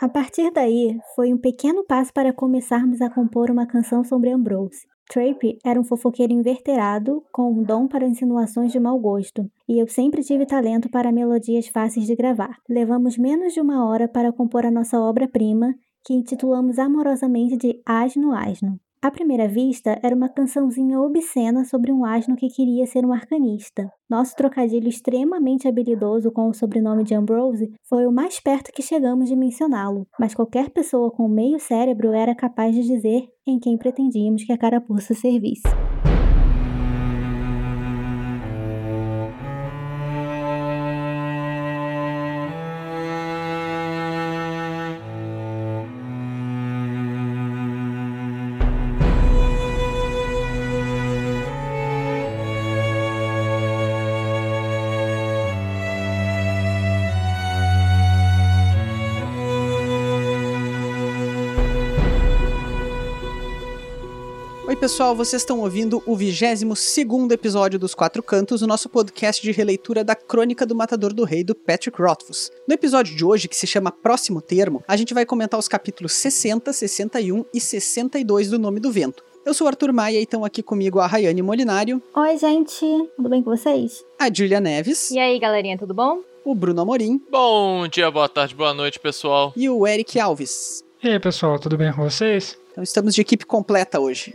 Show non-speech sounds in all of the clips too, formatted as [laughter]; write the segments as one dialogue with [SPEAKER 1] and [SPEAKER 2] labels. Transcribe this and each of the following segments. [SPEAKER 1] A partir daí, foi um pequeno passo para começarmos a compor uma canção sobre Ambrose. Trape era um fofoqueiro inverterado, com um dom para insinuações de mau gosto, e eu sempre tive talento para melodias fáceis de gravar. Levamos menos de uma hora para compor a nossa obra-prima, que intitulamos amorosamente de Asno Asno. À primeira vista, era uma cançãozinha obscena sobre um asno que queria ser um arcanista. Nosso trocadilho extremamente habilidoso com o sobrenome de Ambrose foi o mais perto que chegamos de mencioná-lo, mas qualquer pessoa com meio cérebro era capaz de dizer em quem pretendíamos que a carapuça servisse.
[SPEAKER 2] Oi, pessoal, vocês estão ouvindo o 22 episódio dos Quatro Cantos, o nosso podcast de releitura da Crônica do Matador do Rei do Patrick Rothfuss. No episódio de hoje, que se chama Próximo Termo, a gente vai comentar os capítulos 60, 61 e 62 do Nome do Vento. Eu sou o Arthur Maia e estão aqui comigo a Rayane Molinário,
[SPEAKER 1] Oi, gente! Tudo bem com vocês?
[SPEAKER 2] a Julia Neves,
[SPEAKER 3] E aí, galerinha, tudo bom?
[SPEAKER 2] o Bruno Amorim
[SPEAKER 4] Bom dia, boa tarde, boa noite, pessoal.
[SPEAKER 2] e o Eric Alves.
[SPEAKER 5] E aí, pessoal, tudo bem com vocês?
[SPEAKER 2] Então estamos de equipe completa hoje.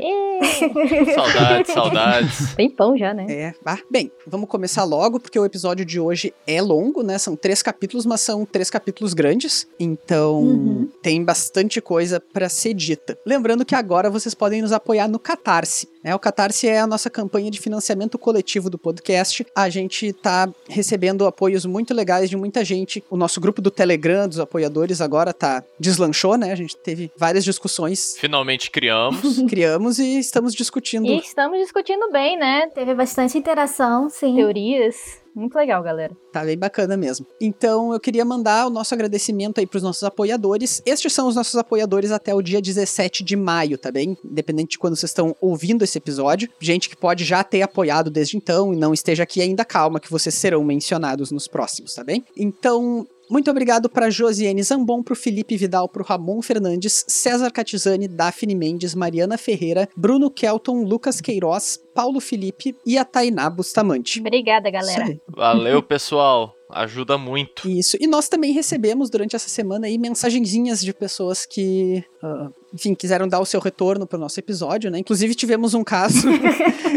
[SPEAKER 4] Saudades, saudades.
[SPEAKER 3] Tem pão já, né?
[SPEAKER 2] É, vá. Bem, vamos começar logo, porque o episódio de hoje é longo, né? São três capítulos, mas são três capítulos grandes. Então,
[SPEAKER 1] Uhum.
[SPEAKER 2] tem bastante coisa pra ser dita. Lembrando que agora vocês podem nos apoiar no Catarse. Né? O Catarse é a nossa campanha de financiamento coletivo do podcast. A gente tá recebendo apoios muito legais de muita gente. O nosso grupo do Telegram, dos apoiadores, agora tá deslanchou, né? A gente teve várias
[SPEAKER 4] [laughs]
[SPEAKER 2] discussões,
[SPEAKER 4] Finalmente criamos.
[SPEAKER 2] criamos e estamos discutindo.
[SPEAKER 3] E estamos discutindo bem, né?
[SPEAKER 1] Teve bastante interação, sim.
[SPEAKER 3] Teorias. Muito legal, galera.
[SPEAKER 2] Tá bem bacana mesmo. Então, eu queria mandar o nosso agradecimento aí pros nossos apoiadores. Estes são os nossos apoiadores até o dia 17 de maio, tá bem? Independente de quando vocês estão ouvindo esse episódio. Gente que pode já ter apoiado desde então e não esteja aqui ainda, calma, que vocês serão mencionados nos próximos, tá bem? Então. Muito obrigado para Josiane Zambon, para Felipe Vidal, para Ramon Fernandes, César Catizani, Daphne Mendes, Mariana Ferreira, Bruno Kelton, Lucas Queiroz, Paulo Felipe e a Tainá Bustamante.
[SPEAKER 3] Obrigada,
[SPEAKER 2] Isso aí.
[SPEAKER 3] galera.
[SPEAKER 4] Valeu, pessoal. Ajuda muito.
[SPEAKER 2] Isso. E nós também recebemos durante essa semana aí mensagenzinhas de pessoas que, ah, enfim, quiseram dar o seu retorno pro nosso episódio, né? Inclusive tivemos um caso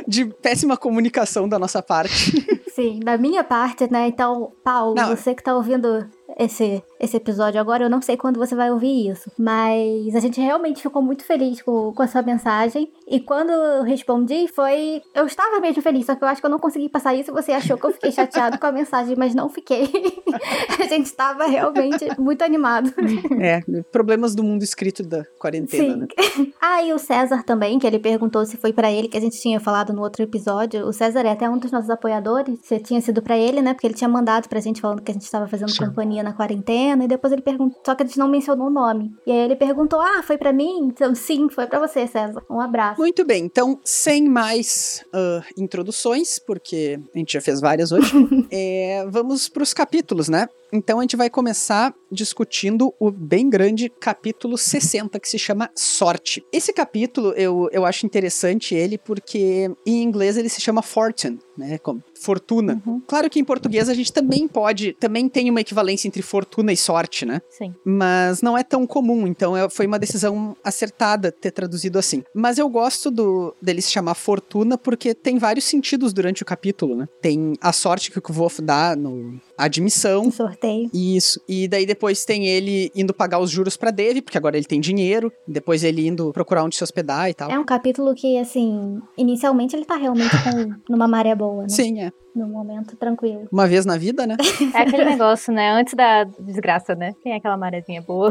[SPEAKER 2] de péssima comunicação da nossa parte.
[SPEAKER 1] Sim, da minha parte, né? Então, Paulo,
[SPEAKER 2] Não.
[SPEAKER 1] você que tá ouvindo esse, esse episódio agora, eu não sei quando você vai ouvir isso, mas a gente realmente ficou muito feliz com, com a sua mensagem. E quando eu respondi, foi. Eu estava mesmo feliz, só que eu acho que eu não consegui passar isso. Você achou que eu fiquei chateado com a mensagem, mas não fiquei. [laughs] a gente estava realmente muito animado.
[SPEAKER 2] é, problemas do mundo escrito da quarentena, né?
[SPEAKER 1] Sim. [laughs] Ah, e o César também, que ele perguntou se foi pra ele, que a gente tinha falado no outro episódio. O César é até um dos nossos apoiadores. Se tinha sido pra ele, né? Porque ele tinha mandado pra gente falando que a gente tava fazendo
[SPEAKER 5] Sim.
[SPEAKER 1] companhia na quarentena. E depois ele perguntou. Só que a gente não mencionou o nome. E aí ele perguntou: Ah, foi pra mim? Então, [laughs] sim, foi pra você, César. Um abraço.
[SPEAKER 2] Muito bem, então, sem mais ah, introduções, porque a gente já fez várias hoje, é, vamos para os capítulos, né? Então a gente vai começar discutindo o bem grande capítulo 60, que se chama Sorte. Esse capítulo, eu, eu acho interessante ele, porque em inglês ele se chama Fortune, né? Como fortuna. Claro que em português a gente também pode, também tem uma equivalência entre fortuna e sorte, né?
[SPEAKER 3] Sim.
[SPEAKER 2] mas não é tão comum, então é- foi uma decisão acertada ter traduzido assim. Mas eu gosto do dele se chamar Fortuna porque tem vários sentidos durante o capítulo, né? Tem a sorte que o Kvof dá no a admissão.
[SPEAKER 1] Um sorteio.
[SPEAKER 2] Isso. E daí depois tem ele indo pagar os juros pra Dave, porque agora ele tem dinheiro. Depois ele indo procurar onde se hospedar e tal.
[SPEAKER 1] É um capítulo que, assim, inicialmente ele tá realmente com, numa maré boa, né?
[SPEAKER 2] Sim, é.
[SPEAKER 1] Num momento tranquilo.
[SPEAKER 2] Uma vez na vida, né?
[SPEAKER 3] É aquele negócio, né? Antes da desgraça, né? Tem aquela marezinha [laughs] boa.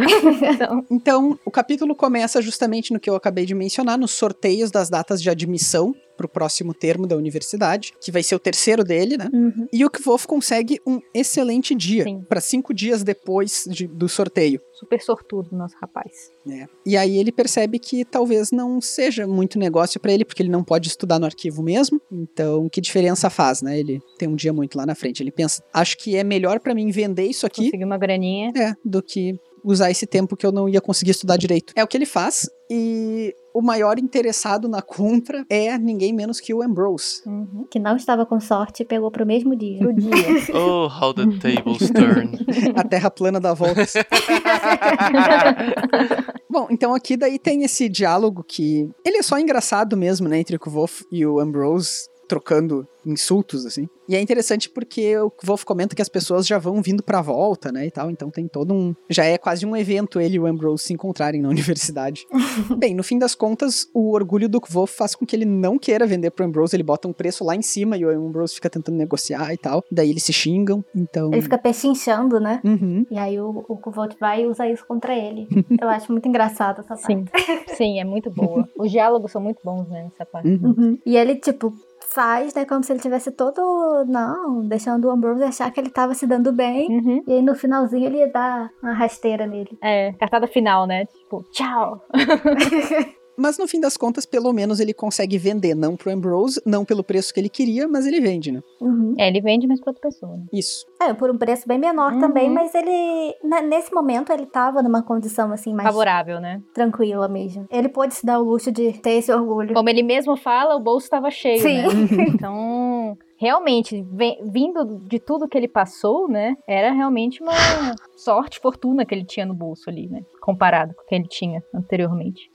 [SPEAKER 3] Então,
[SPEAKER 2] Então, o capítulo começa justamente no que eu acabei de mencionar, nos sorteios das datas de admissão para o próximo termo da universidade, que vai ser o terceiro dele, né?
[SPEAKER 1] Uhum.
[SPEAKER 2] E o Kvolf consegue um excelente dia,
[SPEAKER 3] Sim.
[SPEAKER 2] para cinco dias depois de- do sorteio.
[SPEAKER 3] super sortudo, nosso rapaz.
[SPEAKER 2] né? E aí ele percebe que talvez não seja muito negócio para ele, porque ele não pode estudar no arquivo mesmo. Então, que diferença faz, né? Ele tem um dia muito lá na frente. Ele pensa, acho que é melhor para mim vender isso aqui
[SPEAKER 3] Conseguiu uma graninha.
[SPEAKER 2] é, do que usar esse tempo que eu não ia conseguir estudar direito. É o que ele faz e o maior interessado na compra é ninguém menos que o Ambrose.
[SPEAKER 6] Uhum. Que não estava com sorte e pegou pro mesmo dia.
[SPEAKER 3] Pro dia.
[SPEAKER 4] Oh, how the tables turn.
[SPEAKER 2] A terra plana
[SPEAKER 1] [laughs]
[SPEAKER 2] dá voltas. Bom, então aqui daí tem esse diálogo que ele é só engraçado mesmo, né, entre o Kvolf e o Ambrose trocando insultos assim. E é interessante porque o Kvolf comenta que as pessoas já vão vindo pra volta, né, e tal, então tem todo um já é quase um evento ele e o Ambrose se encontrarem
[SPEAKER 1] [laughs]
[SPEAKER 2] na universidade. Bem, no fim das contas, o orgulho do Kvolf faz com que ele não queira vender pro Ambrose, ele bota um preço lá em cima e o Ambrose fica tentando negociar e tal. Daí eles se xingam, então
[SPEAKER 1] Ele fica pechinchando, né?
[SPEAKER 2] Uhum.
[SPEAKER 1] E aí o, o Kvolt vai e usa isso contra ele. Eu acho muito engraçado essa parte.
[SPEAKER 3] [laughs] Sim, sim, é muito boa. Os diálogos são muito bons, né, nessa parte.
[SPEAKER 2] Uhum.
[SPEAKER 1] E ele, tipo, faz, né, como se ele tivesse todo. Não, deixando o Ambrose achar que ele tava se dando bem.
[SPEAKER 3] Uhum.
[SPEAKER 1] E aí no finalzinho ele dá uma rasteira nele.
[SPEAKER 3] É, cartada final, né? Tipo, tchau.
[SPEAKER 2] Mas no fim das contas, pelo menos ele consegue vender, não pro Ambrose, não pelo preço que ele queria, mas ele vende, né?
[SPEAKER 1] Uhum.
[SPEAKER 3] É, ele vende, mas pra outra pessoa. né?
[SPEAKER 2] Isso.
[SPEAKER 1] É, por um preço bem menor
[SPEAKER 3] Uhum.
[SPEAKER 1] também, mas ele. na- nesse momento ele tava numa condição assim mais
[SPEAKER 3] Favorável, né?
[SPEAKER 1] tranquila mesmo. Ele pôde se dar o luxo de ter esse orgulho.
[SPEAKER 3] Como ele mesmo fala, o bolso estava cheio,
[SPEAKER 1] Sim.
[SPEAKER 3] né? Então, realmente, ve- vindo de tudo que ele passou, né? Era realmente uma sorte, fortuna que ele tinha no bolso ali, né? Comparado com o que ele tinha anteriormente.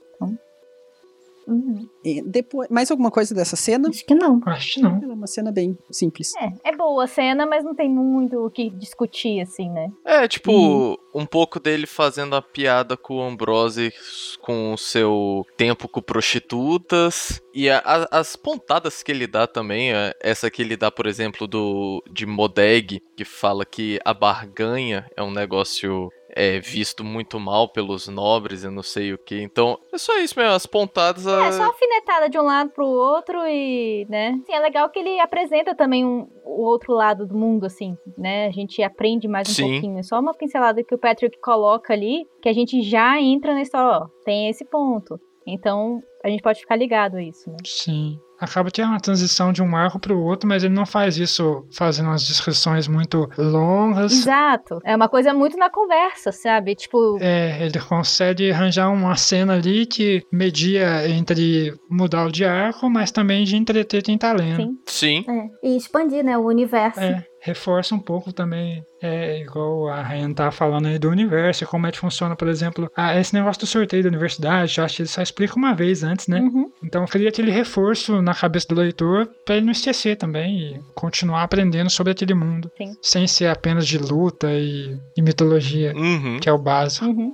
[SPEAKER 1] Uhum.
[SPEAKER 2] E depois, mais alguma coisa dessa cena?
[SPEAKER 6] Acho que não.
[SPEAKER 5] Acho que não.
[SPEAKER 2] Ela é uma cena bem simples.
[SPEAKER 3] É, é boa a cena, mas não tem muito o que discutir, assim, né?
[SPEAKER 4] É, tipo, um pouco dele fazendo a piada com o Ambrose com o seu tempo com prostitutas. E a- a- as pontadas que ele dá também, é, essa que ele dá, por exemplo, do de Modeg, que fala que a barganha é um negócio é, visto muito mal pelos nobres e não sei o que. Então, é só isso mesmo, as pontadas. ah, a-
[SPEAKER 3] É, só alfinetada de um lado pro outro e, né? Assim, é legal que ele apresenta também um- o outro lado do mundo, assim, né? A gente aprende mais um
[SPEAKER 4] Sim.
[SPEAKER 3] pouquinho. É só uma pincelada que o Patrick coloca ali, que a gente já entra na história, ó, tem esse ponto. Então, a gente pode ficar ligado a isso, né?
[SPEAKER 5] Sim. Acaba que é uma transição de um arco pro outro, mas ele não faz isso fazendo umas descrições muito longas.
[SPEAKER 3] Exato. É uma coisa muito na conversa, sabe? Tipo,
[SPEAKER 5] É, ele consegue arranjar uma cena ali que media entre mudar o de arco, mas também de entreter quem tá lendo.
[SPEAKER 3] Sim.
[SPEAKER 4] Sim.
[SPEAKER 1] É. E expandir, né, o universo.
[SPEAKER 5] É, reforça um pouco também, é igual a Ryan tá falando aí do universo, como é que funciona, por exemplo, ah, esse negócio do sorteio da universidade, eu acho que ele só explica uma vez antes, né?
[SPEAKER 3] uhum.
[SPEAKER 5] Então cria aquele reforço na cabeça do leitor pra ele não esquecer também e continuar aprendendo sobre aquele mundo,
[SPEAKER 3] Sim.
[SPEAKER 5] sem ser apenas de luta e, e mitologia,
[SPEAKER 4] Uhum.
[SPEAKER 5] que é o básico.
[SPEAKER 3] Uhum.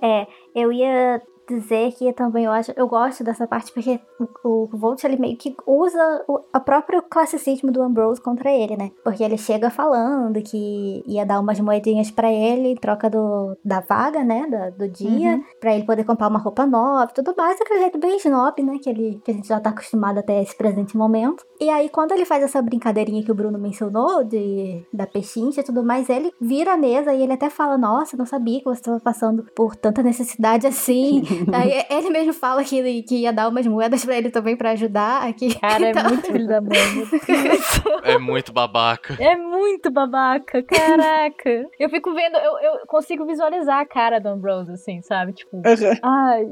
[SPEAKER 1] Eu ia dizer que também eu acho, eu gosto dessa parte porque o, o Volt ele meio que usa o, o próprio classicismo do Ambrose contra ele, né? Porque ele chega falando que ia dar umas moedinhas pra ele em troca do, da vaga, né, da- do dia, pra ele poder comprar uma roupa nova, tudo mais, aquele jeito bem snob, né, que ele que a gente já tá acostumado até esse presente momento. E aí quando ele faz essa brincadeirinha que o Bruno mencionou de da pechincha e tudo mais, ele vira a mesa e ele até fala: "Nossa, não sabia que você tava passando por tanta necessidade
[SPEAKER 3] [laughs]
[SPEAKER 1] assim". Aí ele mesmo fala que, que ia dar umas moedas pra ele também pra ajudar aqui. [laughs]
[SPEAKER 3] Cara, é
[SPEAKER 1] Então,
[SPEAKER 3] muito filho da mãe. meu Deus.
[SPEAKER 4] É
[SPEAKER 3] [laughs]
[SPEAKER 4] muito babaca.
[SPEAKER 3] É muito babaca, caraca. Eu fico vendo, eu, eu consigo visualizar a cara do Ambrose, assim, sabe? Tipo, ai.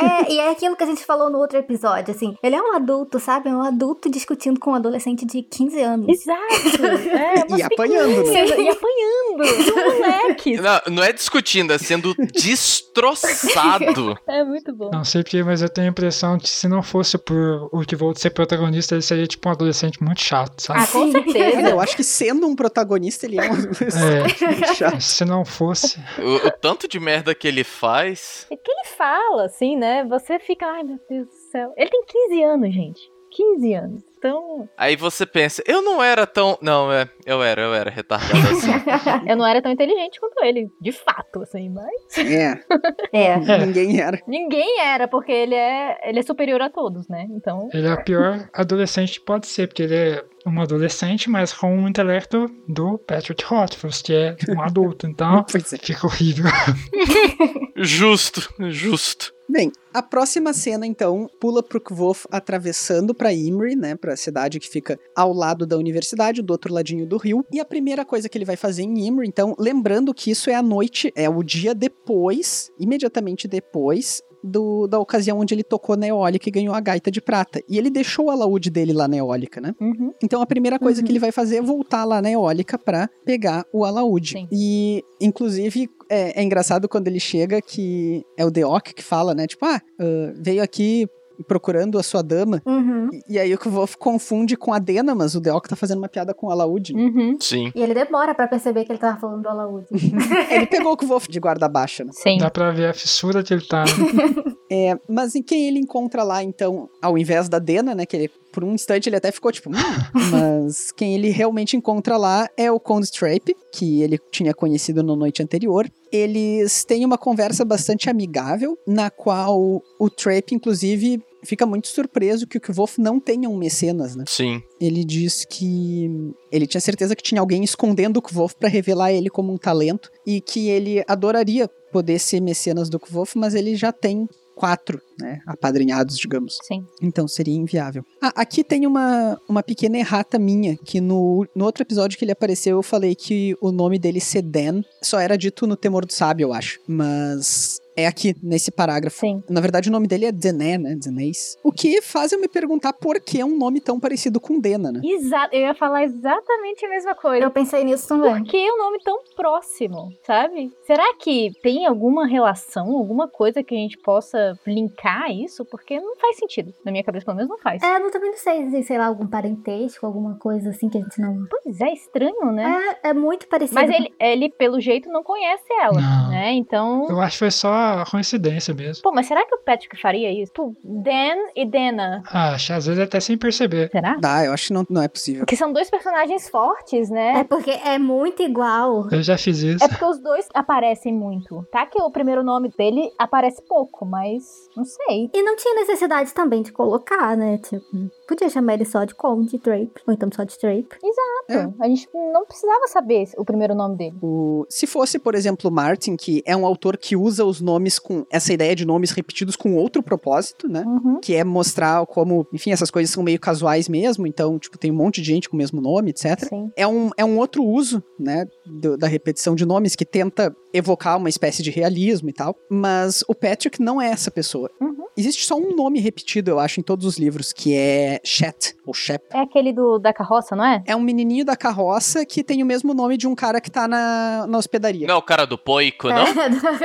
[SPEAKER 1] É, e é aquilo que a gente falou no outro episódio, assim. Ele é um adulto, sabe? É um adulto discutindo com um adolescente de 15 anos.
[SPEAKER 3] Exato. É, umas
[SPEAKER 2] E apanhando,
[SPEAKER 3] [laughs]
[SPEAKER 2] né?
[SPEAKER 3] pequenininhas, E apanhando. de um
[SPEAKER 4] [laughs]
[SPEAKER 3] moleque.
[SPEAKER 4] Não, não é discutindo,
[SPEAKER 3] [laughs]
[SPEAKER 4] é sendo destroçado.
[SPEAKER 3] É muito bom.
[SPEAKER 5] Não sei porque, mas eu tenho a impressão que se não fosse por o que ser protagonista, ele seria tipo um adolescente muito chato, sabe?
[SPEAKER 1] Ah,
[SPEAKER 3] Com
[SPEAKER 1] sim.
[SPEAKER 3] certeza.
[SPEAKER 2] É, eu acho que sendo um protagonista, ele é [laughs] um
[SPEAKER 5] É. [laughs] Se não fosse.
[SPEAKER 4] O, o tanto de merda que ele faz.
[SPEAKER 3] O que ele fala, assim, né? Você fica, ai meu Deus do céu. Ele tem 15 anos, gente. 15 anos.
[SPEAKER 4] [laughs]
[SPEAKER 3] Então,
[SPEAKER 4] Aí você pensa, eu não era tão. Não, é, eu era, eu era retardado [laughs] assim.
[SPEAKER 3] eu não era tão inteligente quanto ele, de fato, assim, mas.
[SPEAKER 2] É,
[SPEAKER 1] [laughs] É.
[SPEAKER 5] É.
[SPEAKER 2] ninguém era.
[SPEAKER 3] Ninguém era, porque ele é, ele é superior a todos, né? Então.
[SPEAKER 5] Ele é o pior adolescente que pode ser, porque ele é um adolescente, mas com o intelecto do Patrick Rothfuss, que é um adulto, então
[SPEAKER 2] Pois é.
[SPEAKER 5] fica horrível.
[SPEAKER 4] Justo, justo.
[SPEAKER 2] Bem, a próxima cena então pula pro Kvof atravessando pra Imri, né, pra cidade que fica ao lado da universidade, do outro ladinho do rio. E a primeira coisa que ele vai fazer em Imri, então, lembrando que isso é a noite, é o dia depois, imediatamente depois do- da ocasião onde ele tocou na eólica e ganhou a gaita de prata. E ele deixou o alaúde dele lá na eólica, né?
[SPEAKER 3] Uhum.
[SPEAKER 2] Então a primeira coisa
[SPEAKER 3] Uhum.
[SPEAKER 2] que ele vai fazer é voltar lá na eólica pra pegar o alaúde.
[SPEAKER 3] Sim.
[SPEAKER 2] E, inclusive, é, é engraçado quando ele chega que é o Deok que fala, né? Tipo, ah, ah, veio aqui procurando a sua dama.
[SPEAKER 1] Uhum.
[SPEAKER 2] E- E aí o Kvof confunde com a Dena, mas o Deok tá fazendo uma piada com o
[SPEAKER 3] [laughs]
[SPEAKER 2] alaúde.
[SPEAKER 3] Uhum.
[SPEAKER 4] Sim.
[SPEAKER 1] E ele demora pra perceber que ele tava falando do alaúde.
[SPEAKER 2] ele pegou o Kvof de guarda baixa, né?
[SPEAKER 3] Sim.
[SPEAKER 5] Dá pra ver a fissura que ele tá. né?
[SPEAKER 2] É, mas em quem ele encontra lá, então, ao invés da Dena, né? Que ele, por um instante ele até ficou tipo, "Hum", mas quem ele realmente encontra lá é o Conde Strape, que ele tinha conhecido na noite anterior. Eles têm uma conversa bastante amigável, na qual o Trape, inclusive, fica muito surpreso que o Kvolf não tenha um mecenas, né?
[SPEAKER 4] Sim.
[SPEAKER 2] Ele diz que ele tinha certeza que tinha alguém escondendo o Kvof pra revelar ele como um talento e que ele adoraria poder ser mecenas do Kvof, mas ele já tem quatro, né, apadrinhados, digamos.
[SPEAKER 3] Sim.
[SPEAKER 2] Então seria inviável. Ah, aqui tem uma, uma pequena errata minha, que no, no outro episódio que ele apareceu eu falei que o nome dele, Sedan, só era dito no Temor do Sábio, eu acho. Mas é aqui, nesse parágrafo.
[SPEAKER 3] Sim.
[SPEAKER 2] Na verdade, o nome dele é Dené, né? Denês. O que faz eu me perguntar por que um nome tão parecido com Dena, né?
[SPEAKER 3] Exato. Eu ia falar exatamente a mesma coisa.
[SPEAKER 1] Eu pensei nisso
[SPEAKER 3] Por
[SPEAKER 1] também.
[SPEAKER 3] que o é um nome tão próximo, sabe? Será que tem alguma relação, alguma coisa que a gente possa linkar isso? Porque não faz sentido. Na minha cabeça, pelo menos, não faz.
[SPEAKER 1] É, eu também não sei, assim, sei lá, algum parentesco, alguma coisa assim que a gente não.
[SPEAKER 3] Pois é, estranho, né?
[SPEAKER 1] É, é muito parecido.
[SPEAKER 3] Mas ele, ele, pelo jeito, não conhece ela,
[SPEAKER 5] Não.
[SPEAKER 3] né? Então.
[SPEAKER 5] Eu acho que foi só coincidência mesmo.
[SPEAKER 3] Pô, mas será que o Patrick faria isso? Tipo, Dan e Dana.
[SPEAKER 5] Ah, acho, às vezes até sem perceber.
[SPEAKER 3] Será?
[SPEAKER 2] Dá, eu acho que não, não é possível.
[SPEAKER 3] Porque são dois personagens fortes, né?
[SPEAKER 1] É porque é muito igual.
[SPEAKER 5] Eu já fiz isso.
[SPEAKER 3] É porque os dois aparecem muito. Tá que o primeiro nome dele aparece pouco, mas não sei.
[SPEAKER 1] E não tinha necessidade também de colocar, né? Tipo, podia chamar ele só de Conde Drape, ou então só de Drape. É.
[SPEAKER 3] A gente não precisava saber o primeiro nome dele.
[SPEAKER 2] O- se fosse, por exemplo, Martin, que é um autor que usa os nomes com essa ideia de nomes repetidos com outro propósito, né?
[SPEAKER 3] Uhum.
[SPEAKER 2] Que é mostrar como, enfim, essas coisas são meio casuais mesmo, então, tipo, tem um monte de gente com o mesmo nome, etc.
[SPEAKER 3] Sim.
[SPEAKER 2] É um, é um outro uso, né, do- da repetição de nomes que tenta evocar uma espécie de realismo e tal. Mas o Patrick não é essa pessoa.
[SPEAKER 3] Uhum.
[SPEAKER 2] Existe só um nome repetido, eu acho, em todos os livros, que é Chet, ou Shep.
[SPEAKER 3] É aquele do, da carroça, não é?
[SPEAKER 2] É um menininho da carroça que tem o mesmo nome de um cara que tá na, na hospedaria.
[SPEAKER 4] Não é o cara do poico, não?
[SPEAKER 2] [laughs]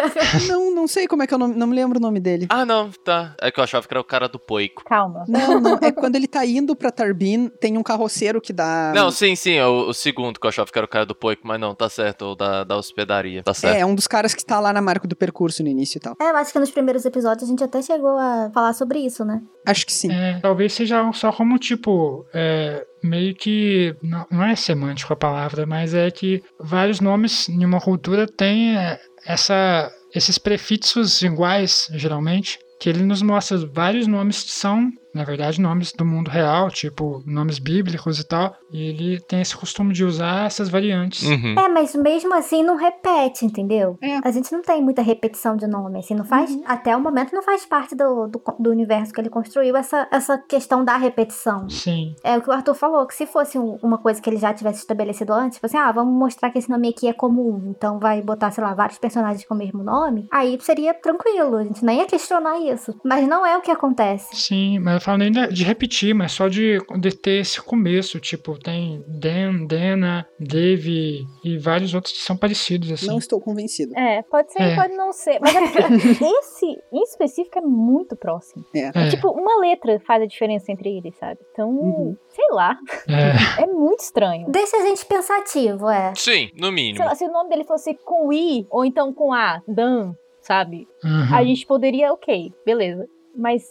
[SPEAKER 2] Não, não sei como é que é o nome, não me lembro o nome dele.
[SPEAKER 4] Ah, não, tá. É que eu achava que era o cara do poico.
[SPEAKER 3] Calma.
[SPEAKER 2] Não, não, é quando ele tá indo pra Tarbin, tem um carroceiro que dá...
[SPEAKER 4] Não, sim, sim, é o, o segundo que eu achava que era o cara do poico, mas não, tá certo, ou da, da hospedaria. Tá certo.
[SPEAKER 2] É, é um dos caras que tá lá na marca do percurso no início e tal.
[SPEAKER 1] É, [laughs] eu acho que nos primeiros episódios a gente até chegou a falar sobre isso, né?
[SPEAKER 2] Acho que sim.
[SPEAKER 5] É, talvez seja um- só como tipo, é, meio que. Não, não é semântico a palavra, mas é que vários nomes em uma cultura têm é, essa, esses prefixos iguais, geralmente, que ele nos mostra vários nomes que são, na verdade, nomes do mundo real, tipo nomes bíblicos e tal, e ele tem esse costume de usar essas variantes.
[SPEAKER 4] Uhum.
[SPEAKER 1] É, mas mesmo assim não repete, entendeu?
[SPEAKER 2] É.
[SPEAKER 1] A gente não tem muita repetição de nome, assim, não faz. Até o momento não faz parte do, do, do universo que ele construiu essa, essa questão da repetição.
[SPEAKER 5] Sim.
[SPEAKER 1] É o que o Arthur falou, que se fosse um- uma coisa que ele já tivesse estabelecido antes, tipo assim, ah, vamos mostrar que esse nome aqui é comum, então vai botar, sei lá, vários personagens com o mesmo nome, aí seria tranquilo, a gente nem ia questionar isso. Mas não é o que acontece.
[SPEAKER 5] Sim, mas eu falo nem de, de repetir, mas só de, de ter esse começo. Tipo, tem Dan, Dana, Dave e vários outros que são parecidos, assim.
[SPEAKER 2] Não estou convencido.
[SPEAKER 3] É, pode ser,
[SPEAKER 5] É.
[SPEAKER 3] pode não ser. Mas é
[SPEAKER 2] [laughs]
[SPEAKER 3] porque esse em específico é muito próximo.
[SPEAKER 5] É,
[SPEAKER 3] Tipo, uma letra faz a diferença entre eles, sabe? Então,
[SPEAKER 2] Uhum.
[SPEAKER 3] sei lá.
[SPEAKER 5] é,
[SPEAKER 3] É muito estranho.
[SPEAKER 1] Deixa a gente pensativo, é.
[SPEAKER 4] Sim, no mínimo.
[SPEAKER 3] Sei lá, se o nome dele fosse com I ou então com A, Dan, sabe?
[SPEAKER 5] uhum.
[SPEAKER 3] A gente poderia, ok, beleza. Mas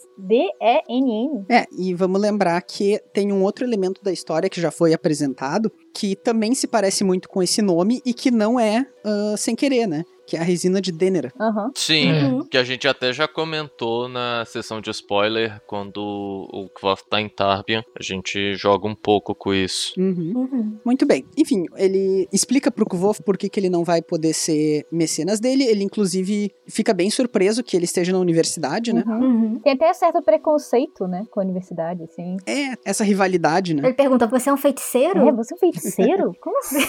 [SPEAKER 3] D-E-N-N?
[SPEAKER 2] É, e vamos lembrar que tem um outro elemento da história que já foi apresentado, que também se parece muito com esse nome e que não é ah, sem querer, né? que é a resina de Denera.
[SPEAKER 3] Aham.
[SPEAKER 4] Sim,
[SPEAKER 5] É.
[SPEAKER 4] que a gente até já comentou na sessão de spoiler, quando o Kvoth tá em Tarbian, a gente joga um pouco com isso.
[SPEAKER 2] Uhum.
[SPEAKER 1] Uhum.
[SPEAKER 2] Muito bem. Enfim, ele explica pro Kvof por que, que ele não vai poder ser mecenas dele. Ele, inclusive, fica bem surpreso que ele esteja na universidade, né?
[SPEAKER 3] Uhum.
[SPEAKER 1] Uhum.
[SPEAKER 3] Tem até certo preconceito, né, com a universidade, assim.
[SPEAKER 2] É, essa rivalidade, né?
[SPEAKER 1] Ele pergunta, você é um feiticeiro?
[SPEAKER 3] É, você é um [laughs] feiticeiro? Como assim?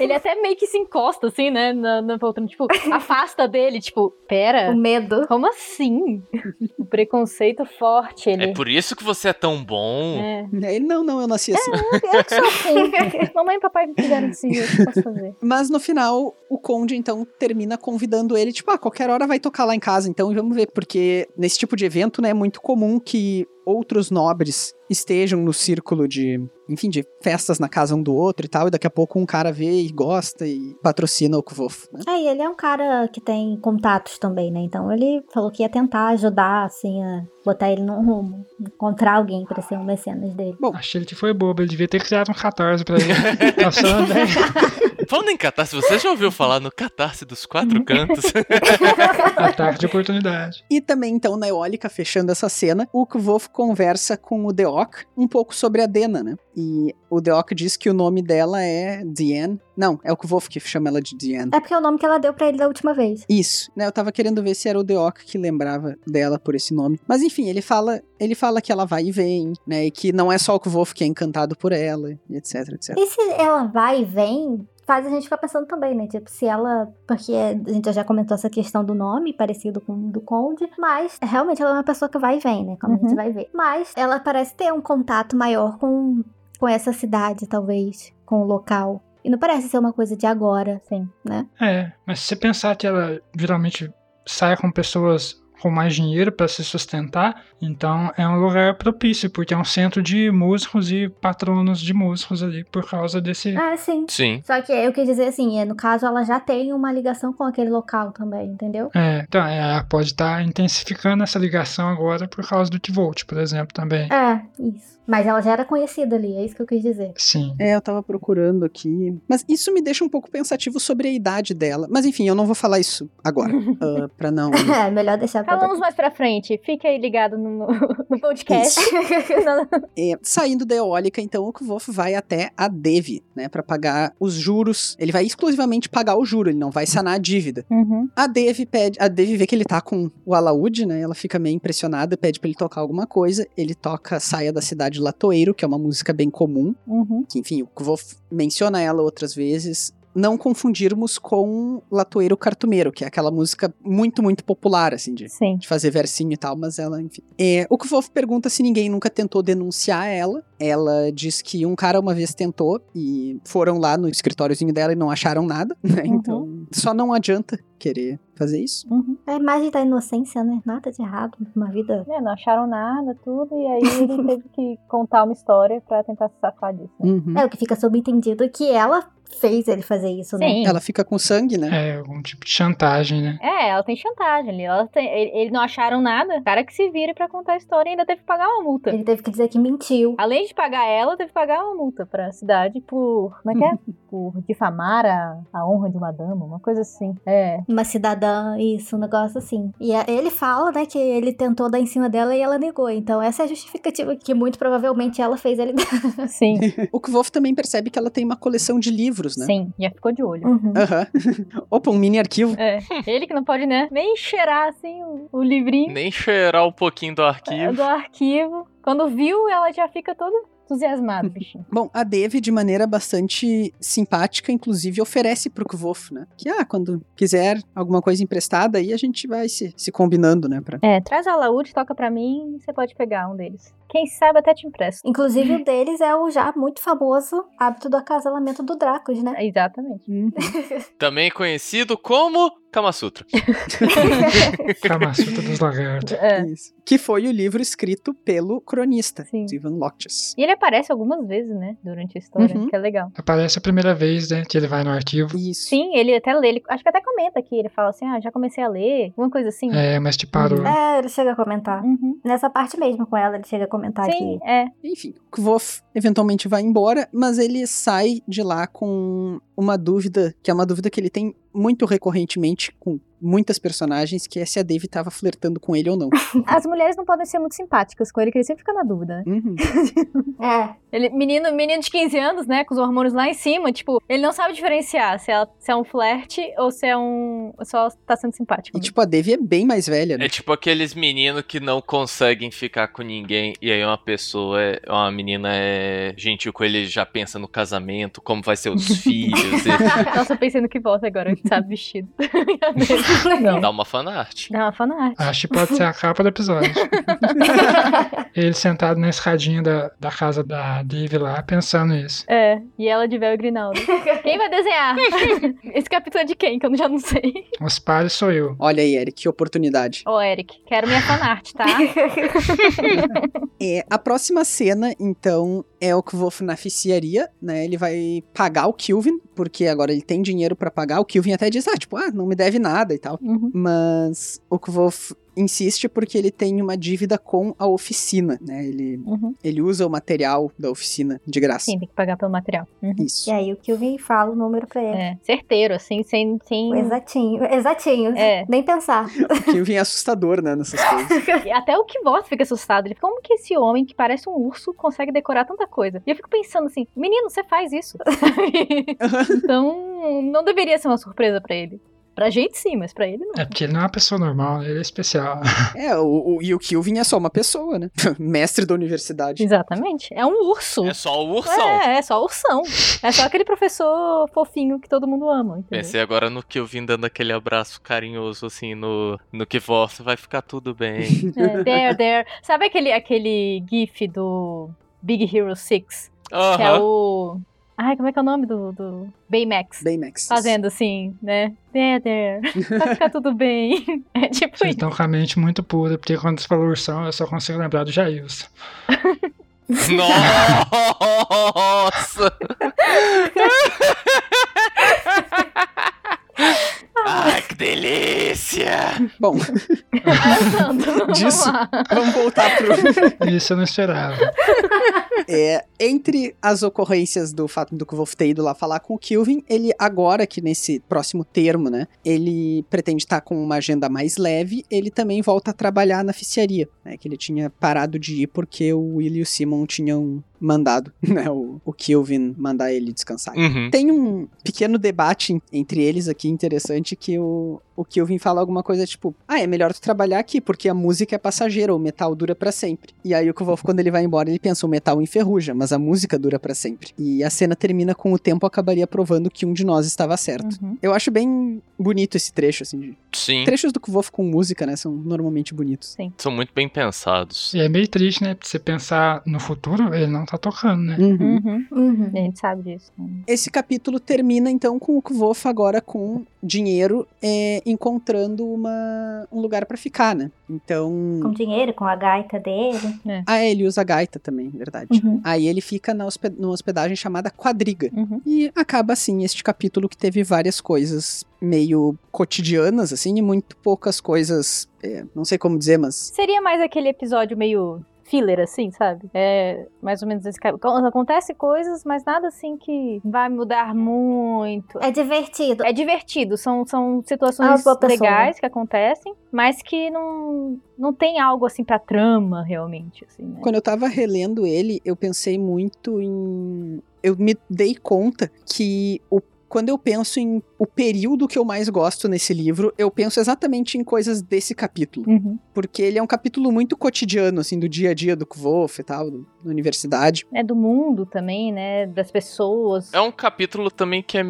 [SPEAKER 3] Ele até meio que se encosta, assim, né, na, na poltrona, tipo, afasta dele, tipo,
[SPEAKER 1] O
[SPEAKER 3] pera,
[SPEAKER 1] medo.
[SPEAKER 3] como assim? O preconceito forte,
[SPEAKER 4] É
[SPEAKER 3] ele...
[SPEAKER 4] por isso que você é tão bom.
[SPEAKER 3] É.
[SPEAKER 2] Ele, não, não, eu nasci assim.
[SPEAKER 3] Eu que sou assim. Mamãe e papai me fizeram assim, o que eu posso fazer?
[SPEAKER 2] Mas no final, o Conde, então, termina convidando ele, tipo, ah, qualquer hora vai tocar lá em casa, então, e vamos ver. Porque nesse tipo de evento, né, é muito comum que outros nobres estejam no círculo de, enfim, de festas na casa um do outro e tal, e daqui a pouco um cara vê e gosta e patrocina o Kvof, né?
[SPEAKER 6] É, e ele é um cara que tem contatos também, né? Então ele falou que ia tentar ajudar, assim, a botar ele num rumo, encontrar alguém pra ser um mecenas dele.
[SPEAKER 5] Achei ele que foi bobo, ele devia ter criado um 14 pra ele. Passando, né?
[SPEAKER 4] Falando em catarse, você já ouviu falar no catarse dos quatro cantos?
[SPEAKER 5] Ataque de oportunidade.
[SPEAKER 2] E também, então, na Eólica, fechando essa cena, o Kvof conversa com o Deok um pouco sobre a Dena, né? E o Deok diz que o nome dela é Diane. Não, é o Kvof que chama ela de Diane.
[SPEAKER 1] É porque é o nome que ela deu pra ele da última vez.
[SPEAKER 2] Isso, né? Eu tava querendo ver se era o Deok que lembrava dela por esse nome. Mas enfim, ele fala, ele fala que ela vai e vem, né? E que não é só o Kvof que é encantado por ela, e etc, etc.
[SPEAKER 1] E se ela vai e vem, faz a gente ficar pensando também, né? Tipo, se ela. Porque a gente já comentou essa questão do nome, parecido com o do Conde, mas realmente ela é uma pessoa que vai e vem, né? Como a gente
[SPEAKER 3] Uhum.
[SPEAKER 1] vai ver. Mas ela parece ter um contato maior com, com essa cidade, talvez, com o local. E não parece ser uma coisa de agora. né?
[SPEAKER 3] Sim.
[SPEAKER 5] É, mas se você pensar que ela geralmente sai com pessoas com mais dinheiro pra se sustentar, então é um lugar propício, porque é um centro de músicos e patronos de músicos ali por causa
[SPEAKER 3] Hum.
[SPEAKER 5] desse.
[SPEAKER 1] Ah, sim.
[SPEAKER 4] Sim.
[SPEAKER 1] Só que eu quis dizer assim, é, no caso ela já tem uma ligação com aquele local também, entendeu?
[SPEAKER 5] É, então, é, ela pode estar intensificando essa ligação agora por causa do T-Volt, por exemplo, também.
[SPEAKER 1] É, isso. Mas ela já era conhecida ali, é isso que eu quis dizer. [laughs]
[SPEAKER 5] Sim.
[SPEAKER 2] É, eu tava procurando aqui. Mas isso me deixa um pouco pensativo sobre a idade dela. Mas enfim, eu não vou falar isso agora, ah, pra não.
[SPEAKER 1] É, melhor deixar pra
[SPEAKER 3] [laughs] Falamos mais pra frente. Fica aí ligado no, no podcast. [laughs]
[SPEAKER 2] É, saindo da eólica, então o Kvof vai até a Devi, né, Pra pagar os juros. Ele vai exclusivamente pagar o juro, ele não vai sanar a dívida.
[SPEAKER 3] Uhum.
[SPEAKER 2] A Devi pede, a Devi vê que ele tá com o alaúde, né? Ela fica meio impressionada, pede pra ele tocar alguma coisa. Ele toca Saia da Cidade Latoeiro, que é uma música bem comum,
[SPEAKER 3] Uhum.
[SPEAKER 2] que enfim, o Kvof menciona ela outras vezes. Não confundirmos com Latoeiro Cartumeiro, que é aquela música muito, muito popular, assim, de
[SPEAKER 3] Sim.
[SPEAKER 2] de fazer versinho e tal, mas ela, enfim. É, o Kvolf pergunta se ninguém nunca tentou denunciar ela. Ela diz que um cara uma vez tentou e foram lá no escritóriozinho dela e não acharam nada, [laughs] né?
[SPEAKER 3] Uhum.
[SPEAKER 2] Então, só não adianta querer fazer isso.
[SPEAKER 3] Uhum.
[SPEAKER 1] A imagem da inocência, né? Nada de errado. Uma vida.
[SPEAKER 3] É, não acharam nada, tudo, e aí ele teve que contar uma história pra tentar se safar disso. né?
[SPEAKER 2] Uhum.
[SPEAKER 1] É o que fica subentendido que ela fez ele fazer isso, né?
[SPEAKER 3] Sim.
[SPEAKER 2] Ela fica com sangue, né?
[SPEAKER 5] É, algum tipo de chantagem, né?
[SPEAKER 3] É, ela tem chantagem ali. Ela tem, ele, ele não acharam nada. O cara que se vira pra contar a história ainda teve que pagar uma multa.
[SPEAKER 1] Ele teve que dizer que mentiu.
[SPEAKER 3] Além de pagar ela, teve que pagar uma multa pra cidade por. Como é que é? por difamar a, a honra de uma dama, uma coisa assim. É.
[SPEAKER 1] Uma cidadã, isso, um negócio assim. E a- ele fala, né, que ele tentou dar em cima dela e ela negou. Então essa é a justificativa que muito provavelmente ela fez ele [laughs] dar.
[SPEAKER 3] Sim,
[SPEAKER 2] O Kvolf também percebe que ela tem uma coleção de livros, né?
[SPEAKER 3] É. sim. Já ficou
[SPEAKER 1] [laughs]
[SPEAKER 3] de olho.
[SPEAKER 1] Uhum.
[SPEAKER 2] Aham. [laughs] Opa, um mini arquivo.
[SPEAKER 3] É. Ele que não pode, né? Nem cheirar assim o, o livrinho
[SPEAKER 4] Nem cheirar um pouquinho do
[SPEAKER 3] eh,
[SPEAKER 4] arquivo.
[SPEAKER 3] do arquivo. Quando viu, ela já fica toda entusiasmada, bichinho.
[SPEAKER 2] Bom, a Devi, de maneira bastante simpática, inclusive, oferece pro Kvof, né? Que, ah, quando quiser alguma coisa emprestada, aí a gente vai se, se combinando, né? Pra...
[SPEAKER 3] É, traz a alaúde, toca pra mim, você pode pegar um deles. Quem sabe até
[SPEAKER 1] [laughs]
[SPEAKER 3] te empresto.
[SPEAKER 1] Inclusive, o deles é o já muito famoso hábito do acasalamento do Dracos, né?
[SPEAKER 3] Exatamente.
[SPEAKER 2] Uhum.
[SPEAKER 4] Também conhecido como Kama Sutra. [laughs]
[SPEAKER 1] [laughs]
[SPEAKER 5] Camaçuta dos lagartos.
[SPEAKER 3] É. [laughs]
[SPEAKER 2] Isso. Que foi o livro escrito pelo cronista,
[SPEAKER 3] Sim.
[SPEAKER 2] Ivan Loctis.
[SPEAKER 3] E ele aparece algumas vezes, né? Durante a história,
[SPEAKER 2] Uhum.
[SPEAKER 3] que é legal.
[SPEAKER 5] Aparece a primeira vez, né, que ele vai no arquivo.
[SPEAKER 2] Isso.
[SPEAKER 3] Sim, ele até lê, ele, acho que até comenta aqui, ele fala assim, ah, já comecei a ler, alguma coisa assim.
[SPEAKER 5] É, mas te parou.
[SPEAKER 1] É, ele chega a comentar.
[SPEAKER 3] Uhum.
[SPEAKER 1] Nessa parte mesmo com ela, ele chega a comentar
[SPEAKER 3] Sim,
[SPEAKER 1] que
[SPEAKER 3] é.
[SPEAKER 2] Enfim, o Kvof eventualmente vai embora, mas ele sai de lá com uma dúvida, que é uma dúvida que ele tem muito recorrentemente com muitas personagens que é se a Dave tava flertando com ele ou
[SPEAKER 3] [laughs]
[SPEAKER 2] não.
[SPEAKER 3] As mulheres não podem ser muito simpáticas com ele, que ele sempre fica na dúvida, né?
[SPEAKER 2] Uhum.
[SPEAKER 1] É.
[SPEAKER 3] Ele, menino, menino de 15 anos, né? Com os hormônios lá em cima, tipo, ele não sabe diferenciar se, ela- se é um flerte ou se é um. só tá sendo simpático.
[SPEAKER 2] E tipo, a Dave é bem mais velha, né?
[SPEAKER 4] É tipo aqueles meninos que não conseguem ficar com ninguém e aí uma pessoa, é, uma menina é gentil com ele, já pensa no casamento, como vai ser os filhos, e
[SPEAKER 3] Nossa, eu pensei no que volta agora, que sabe vestido.
[SPEAKER 1] Então.
[SPEAKER 4] dá uma fanart.
[SPEAKER 3] Não, é fanart.
[SPEAKER 5] Acho que pode ser a capa
[SPEAKER 1] [laughs]
[SPEAKER 5] do episódio. Ele sentado na escadinha da, da casa da Dave lá, pensando nisso.
[SPEAKER 3] É, e ela de véu e grinalda. Quem vai desenhar? Esse capítulo é de quem? Que eu já não sei.
[SPEAKER 5] Os pares sou eu.
[SPEAKER 2] Olha aí, Eric, que oportunidade.
[SPEAKER 3] Ô, Eric, quero minha fanart, [laughs] tá?
[SPEAKER 2] É, a próxima cena, então, é o Kvof na ficiaria, né? Ele vai pagar o Kilvin, porque agora ele tem dinheiro pra pagar. O Kilvin até diz, ah, tipo, ah, não me deve nada e tal.
[SPEAKER 3] Uhum.
[SPEAKER 2] Mas o Kvof insiste porque ele tem uma dívida com a oficina, né? Ele,
[SPEAKER 3] Uhum.
[SPEAKER 2] ele usa o material da oficina de graça.
[SPEAKER 3] Sim, tem que pagar pelo material. Uhum.
[SPEAKER 2] Isso.
[SPEAKER 1] [laughs] E aí o Kilvin fala o número pra ele.
[SPEAKER 3] É, certeiro, assim, sem. sem...
[SPEAKER 1] Exatinho, exatinho.
[SPEAKER 3] É.
[SPEAKER 1] Nem pensar.
[SPEAKER 2] O Kilvin é assustador, né, nessas coisas.
[SPEAKER 3] E [laughs] Até o que Kivoth fica assustado. Ele fica, como que esse homem que parece um urso consegue decorar tanta coisa? E eu fico pensando assim, menino, você faz [laughs] isso. sabe? [laughs] então, não deveria ser uma surpresa pra ele. Pra gente sim, mas pra ele não.
[SPEAKER 5] É porque ele não é uma pessoa normal, ele é especial.
[SPEAKER 2] [laughs]
[SPEAKER 1] [laughs]
[SPEAKER 2] é, o, o- e o Kilvin é só uma pessoa, né? [laughs] Mestre da universidade.
[SPEAKER 3] Exatamente. É um urso.
[SPEAKER 4] É só o ursão.
[SPEAKER 3] É, é só ursão. É só aquele professor fofinho que todo mundo ama, entendeu?
[SPEAKER 4] Pensei É, agora no que eu vim dando aquele abraço carinhoso, assim, no, no que volta, vai ficar tudo bem.
[SPEAKER 3] [laughs] É, there, there. Sabe aquele, aquele gif do Big Hero 6?
[SPEAKER 4] Aham.
[SPEAKER 3] Que é
[SPEAKER 4] [laughs]
[SPEAKER 3] o... Ai, como é que é o nome do... do... Baymax.
[SPEAKER 2] Bem, Max.
[SPEAKER 3] fazendo assim, né? There, there. Vai ficar tudo bem. É tipo isso.
[SPEAKER 5] Vocês estão Então, com a mente muito pura, porque quando você falou ursão, eu só consigo lembrar do Jailson.
[SPEAKER 3] [laughs]
[SPEAKER 4] Nossa! Ai, que delícia!
[SPEAKER 2] Bom,
[SPEAKER 3] tá Passando. Vamos
[SPEAKER 2] Disso.
[SPEAKER 3] lá.
[SPEAKER 2] vamos voltar
[SPEAKER 3] [laughs]
[SPEAKER 2] pro...
[SPEAKER 5] Isso eu não esperava.
[SPEAKER 2] É, entre as ocorrências do fato do Kvolf ter ido lá falar com o Kilvin, ele agora, que nesse próximo termo, né, ele pretende estar com uma agenda mais leve, ele também volta a trabalhar na ficiaria, né, que ele tinha parado de ir porque o Will e o Simon tinham mandado, [laughs] né, o, o Kilvin mandar ele descansar.
[SPEAKER 4] Uhum.
[SPEAKER 2] Tem um pequeno debate en- entre eles aqui interessante que o, o Kilvin fala alguma coisa tipo: Ah, é melhor tu trabalhar aqui, porque a música é passageira, o metal dura pra sempre. E aí o Kvolf, quando ele vai embora, ele pensa: o metal enferruja, mas a música dura pra sempre. E a cena termina com o tempo acabaria provando que um de nós estava certo.
[SPEAKER 3] Uhum.
[SPEAKER 2] Eu acho bem bonito esse trecho, assim. de-
[SPEAKER 4] Sim,
[SPEAKER 2] Trechos do Kvolf com música, né? São normalmente bonitos.
[SPEAKER 4] são muito bem pensados.
[SPEAKER 5] E é meio triste, né? Pra você pensar no futuro, ele não tá tocando, né?
[SPEAKER 2] Uhum.
[SPEAKER 3] Uhum.
[SPEAKER 1] Uhum.
[SPEAKER 3] A gente sabe disso. né?
[SPEAKER 2] Esse capítulo termina então com o Kvof agora com dinheiro é, encontrando uma, um lugar pra ficar, né?
[SPEAKER 1] Com
[SPEAKER 2] Então.
[SPEAKER 1] dinheiro, com a gaita dele.
[SPEAKER 2] Ah, é, ele usa gaita também, verdade.
[SPEAKER 1] Uhum.
[SPEAKER 2] Aí ele fica na hospe- numa hospedagem chamada Quadriga.
[SPEAKER 3] Uhum.
[SPEAKER 2] E acaba assim este capítulo que teve várias coisas meio cotidianas, assim, e muito poucas coisas. é, não sei como dizer, mas.
[SPEAKER 3] Seria mais aquele episódio meio filler, assim, sabe? É mais ou menos esse cara. Acontece coisas, mas nada assim que vai mudar muito.
[SPEAKER 1] É divertido.
[SPEAKER 3] É divertido, são, são
[SPEAKER 1] Ah,
[SPEAKER 3] situações
[SPEAKER 1] boa pessoa.
[SPEAKER 3] legais que acontecem, mas que não, não tem algo assim pra trama, realmente, assim, né?
[SPEAKER 2] Quando eu tava relendo ele, eu pensei muito em. Eu me dei conta que o. Quando eu penso em o período que eu mais gosto nesse livro, eu penso exatamente em coisas desse capítulo.
[SPEAKER 3] Uhum.
[SPEAKER 2] Porque ele é um capítulo muito cotidiano, assim, do dia a dia do Kvof e tal, do- da universidade.
[SPEAKER 3] É do mundo também, né? Das pessoas.
[SPEAKER 4] É um capítulo também que é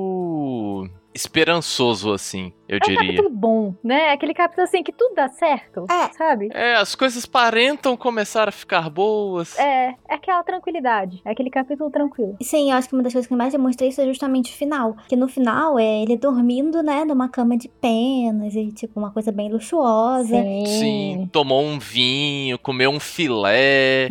[SPEAKER 4] meio esperançoso, assim,
[SPEAKER 3] É
[SPEAKER 4] eu
[SPEAKER 3] um
[SPEAKER 4] diria.
[SPEAKER 3] capítulo bom, né? É Aquele capítulo assim que tudo dá certo,
[SPEAKER 1] É.
[SPEAKER 3] sabe?
[SPEAKER 4] É, as coisas parentam começar a ficar boas.
[SPEAKER 3] É, é aquela tranquilidade, é aquele capítulo tranquilo.
[SPEAKER 1] Sim, eu acho que uma das coisas que eu mais demonstrei isso é justamente o final. Que no final é ele dormindo, né, numa cama de penas e, tipo, uma coisa bem luxuosa.
[SPEAKER 4] Sim, tomou um vinho, comeu um filé.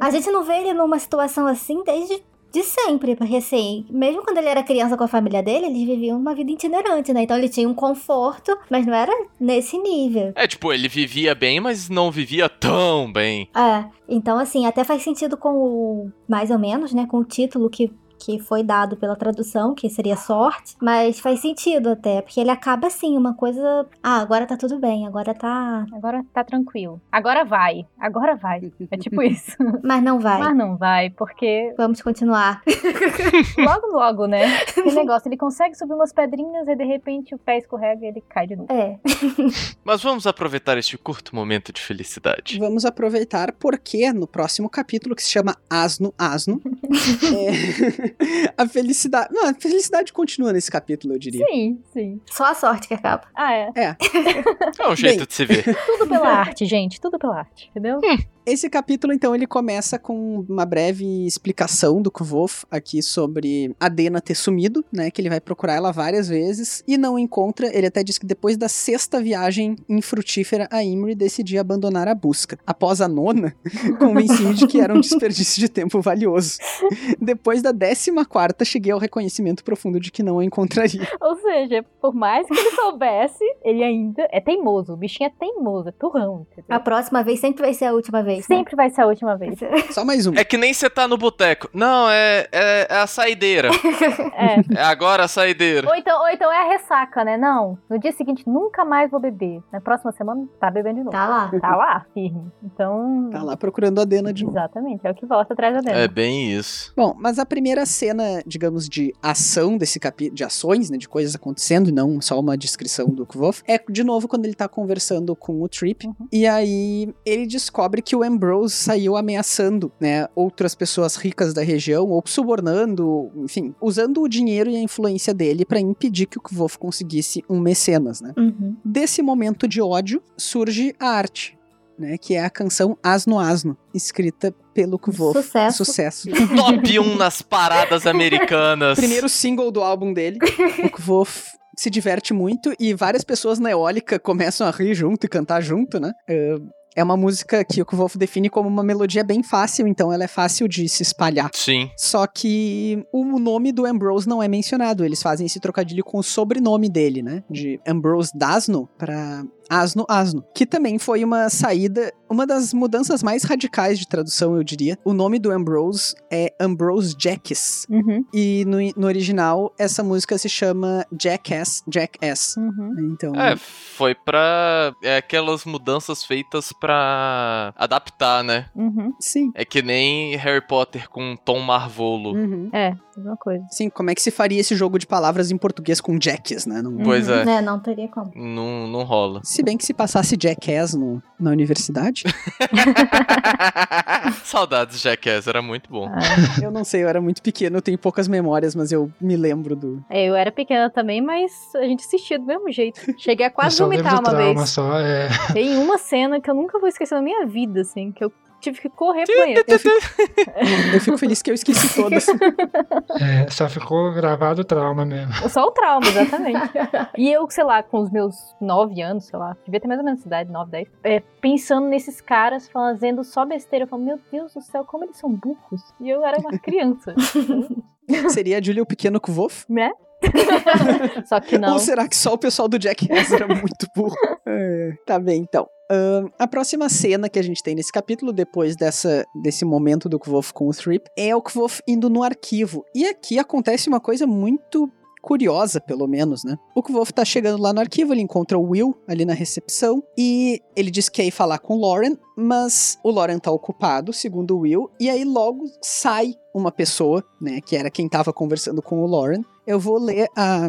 [SPEAKER 1] A gente não vê ele numa situação assim desde de sempre, porque assim, mesmo quando ele era criança com a família dele, eles viviam uma vida itinerante, né? Então ele tinha um conforto, mas não era nesse nível.
[SPEAKER 4] É, tipo, ele vivia bem, mas não vivia tão bem.
[SPEAKER 1] É, então assim, até faz sentido com o. Mais ou menos, né? Com o título que que foi dado pela tradução, que seria sorte, mas faz sentido até, porque ele acaba assim, uma coisa. Ah, agora tá tudo bem, agora tá.
[SPEAKER 3] Agora tá tranquilo. Agora vai. Agora vai.
[SPEAKER 1] [laughs]
[SPEAKER 3] É tipo isso.
[SPEAKER 1] Mas não vai.
[SPEAKER 3] Mas não vai, porque
[SPEAKER 1] Vamos continuar.
[SPEAKER 3] logo, logo, né?
[SPEAKER 1] [laughs]
[SPEAKER 3] Esse negócio, ele consegue subir umas pedrinhas e de repente o pé escorrega e ele cai de novo.
[SPEAKER 1] É.
[SPEAKER 4] Mas vamos aproveitar este curto momento de felicidade.
[SPEAKER 2] Vamos aproveitar porque no próximo capítulo, que se chama Asno, Asno, é, [laughs] a felicidade. Não, a felicidade continua nesse capítulo, eu diria.
[SPEAKER 3] Sim, sim.
[SPEAKER 1] [laughs] Só a sorte que acaba.
[SPEAKER 3] Ah, é.
[SPEAKER 4] É um jeito de se ver.
[SPEAKER 1] [laughs]
[SPEAKER 3] Tudo pela arte, gente. Tudo pela arte, entendeu?
[SPEAKER 2] Esse capítulo, então, ele começa com uma breve explicação do Kvof aqui sobre a Dena ter sumido, né? Que ele vai procurar ela várias vezes e não encontra. Ele até diz que depois da sexta viagem infrutífera, a Imri decidiu abandonar a busca. Após a nona, convenci-me de que era um desperdício de tempo valioso. Depois da décima quarta, cheguei ao reconhecimento profundo de que não a encontraria.
[SPEAKER 3] Ou seja, por mais que ele soubesse, [laughs] ele ainda é teimoso. O bichinho é teimoso, é turrão, entendeu?
[SPEAKER 1] A próxima vez sempre vai ser a última vez. né?
[SPEAKER 3] Sempre vai ser a última vez.
[SPEAKER 2] Só mais um.
[SPEAKER 4] É que nem você tá no boteco. Não, é, é, é a saideira.
[SPEAKER 3] É.
[SPEAKER 4] É agora a saideira.
[SPEAKER 3] Ou então, ou então é a ressaca, né? Não, no dia seguinte nunca mais vou beber. Na próxima semana tá bebendo de novo.
[SPEAKER 1] Tá lá.
[SPEAKER 3] Tá lá, firme. Então.
[SPEAKER 2] Tá lá procurando a Dena de novo.
[SPEAKER 3] Exatamente, é o que volta atrás da dela.
[SPEAKER 4] É bem isso.
[SPEAKER 2] Bom, mas a primeira cena, digamos, de ação desse capítulo, de ações, né, de coisas acontecendo, e não só uma descrição do Kvof, é de novo quando ele tá conversando com o Trip, e aí ele descobre que o Ambrose saiu ameaçando, né, outras pessoas ricas da região, ou subornando, enfim, usando o dinheiro e a influência dele pra impedir que o Kvof conseguisse um mecenas, né.
[SPEAKER 1] Uhum.
[SPEAKER 2] Desse momento de ódio surge a arte, né, que é a canção Asno Asno, escrita pelo Kvof.
[SPEAKER 1] Sucesso.
[SPEAKER 2] Sucesso.
[SPEAKER 4] Top 1 nas paradas americanas.
[SPEAKER 2] Primeiro single do álbum dele. o Kvof se diverte muito e várias pessoas na eólica começam a rir junto e cantar junto, né? Eh, É uma música que o Kvof define como uma melodia bem fácil, então ela é fácil de se espalhar.
[SPEAKER 4] Sim.
[SPEAKER 2] Só que o nome do Ambrose não é mencionado. Eles fazem esse trocadilho com o sobrenome dele, né? De Ambrose Dasno pra Asno Asno. Que também foi uma saída, uma das mudanças mais radicais de tradução, eu diria. O nome do Ambrose é Ambrose Jackass.
[SPEAKER 3] Uhum,
[SPEAKER 2] E no, no original, essa música se chama Jackass, Jackass.
[SPEAKER 3] uhum.
[SPEAKER 2] Então,
[SPEAKER 4] É, foi pra. É aquelas mudanças feitas pra adaptar, né?
[SPEAKER 3] Uhum.
[SPEAKER 2] sim.
[SPEAKER 4] É que nem Harry Potter com Tom Marvolo.
[SPEAKER 2] Uhum.
[SPEAKER 3] É, mesma coisa.
[SPEAKER 1] [laughs]
[SPEAKER 2] Sim, como é que se faria esse jogo de palavras em português com Jackass, né? Não-
[SPEAKER 3] Uhum.
[SPEAKER 4] Pois é,
[SPEAKER 1] Né, não teria como.
[SPEAKER 4] não, não rola. [laughs]
[SPEAKER 2] Se bem que se passasse Jackass no, na universidade,
[SPEAKER 4] Saudades, Jackass, era muito bom.
[SPEAKER 2] eu não sei, eu era muito pequeno, eu tenho poucas memórias, mas eu me lembro do.
[SPEAKER 3] É, eu era pequena também, mas a gente assistia do mesmo jeito. Cheguei a quase
[SPEAKER 5] eu só lembro
[SPEAKER 3] vomitar
[SPEAKER 5] do
[SPEAKER 3] uma
[SPEAKER 5] trauma
[SPEAKER 3] vez.
[SPEAKER 5] só. É,
[SPEAKER 3] Tem uma cena que eu nunca vou esquecer na minha vida, assim, que eu tive que correr pro banheiro.
[SPEAKER 2] Eu fico, eu fico feliz que eu esqueci todas.
[SPEAKER 5] é, só ficou gravado o trauma mesmo.
[SPEAKER 3] Só
[SPEAKER 2] [laughs]
[SPEAKER 3] o trauma, exatamente. e eu, sei lá, com os meus 9 anos, sei lá, devia ter mais ou menos essa idade, 9, 10, é, pensando nesses caras fazendo só besteira. Eu falo, meu Deus do céu, como eles são burros. E eu era
[SPEAKER 2] [laughs]
[SPEAKER 3] uma criança,
[SPEAKER 2] Seria a Julia o pequeno Kvof?
[SPEAKER 3] né? só que não.
[SPEAKER 2] Ou será que só o pessoal do Jackass era muito burro? É, tá bem, então. Ahn, a próxima cena que a gente tem nesse capítulo, depois dessa, desse momento do Kvof com o Thrip, é o Kvof indo no arquivo. E aqui acontece uma coisa muito curiosa, pelo menos, né? O Kvof tá chegando lá no arquivo, ele encontra o Will ali na recepção e ele diz que quer ir falar com o Lauren, mas o Lauren tá ocupado, segundo o Will, e aí logo sai uma pessoa, né, que era quem tava conversando com o Lauren. Eu vou ler a,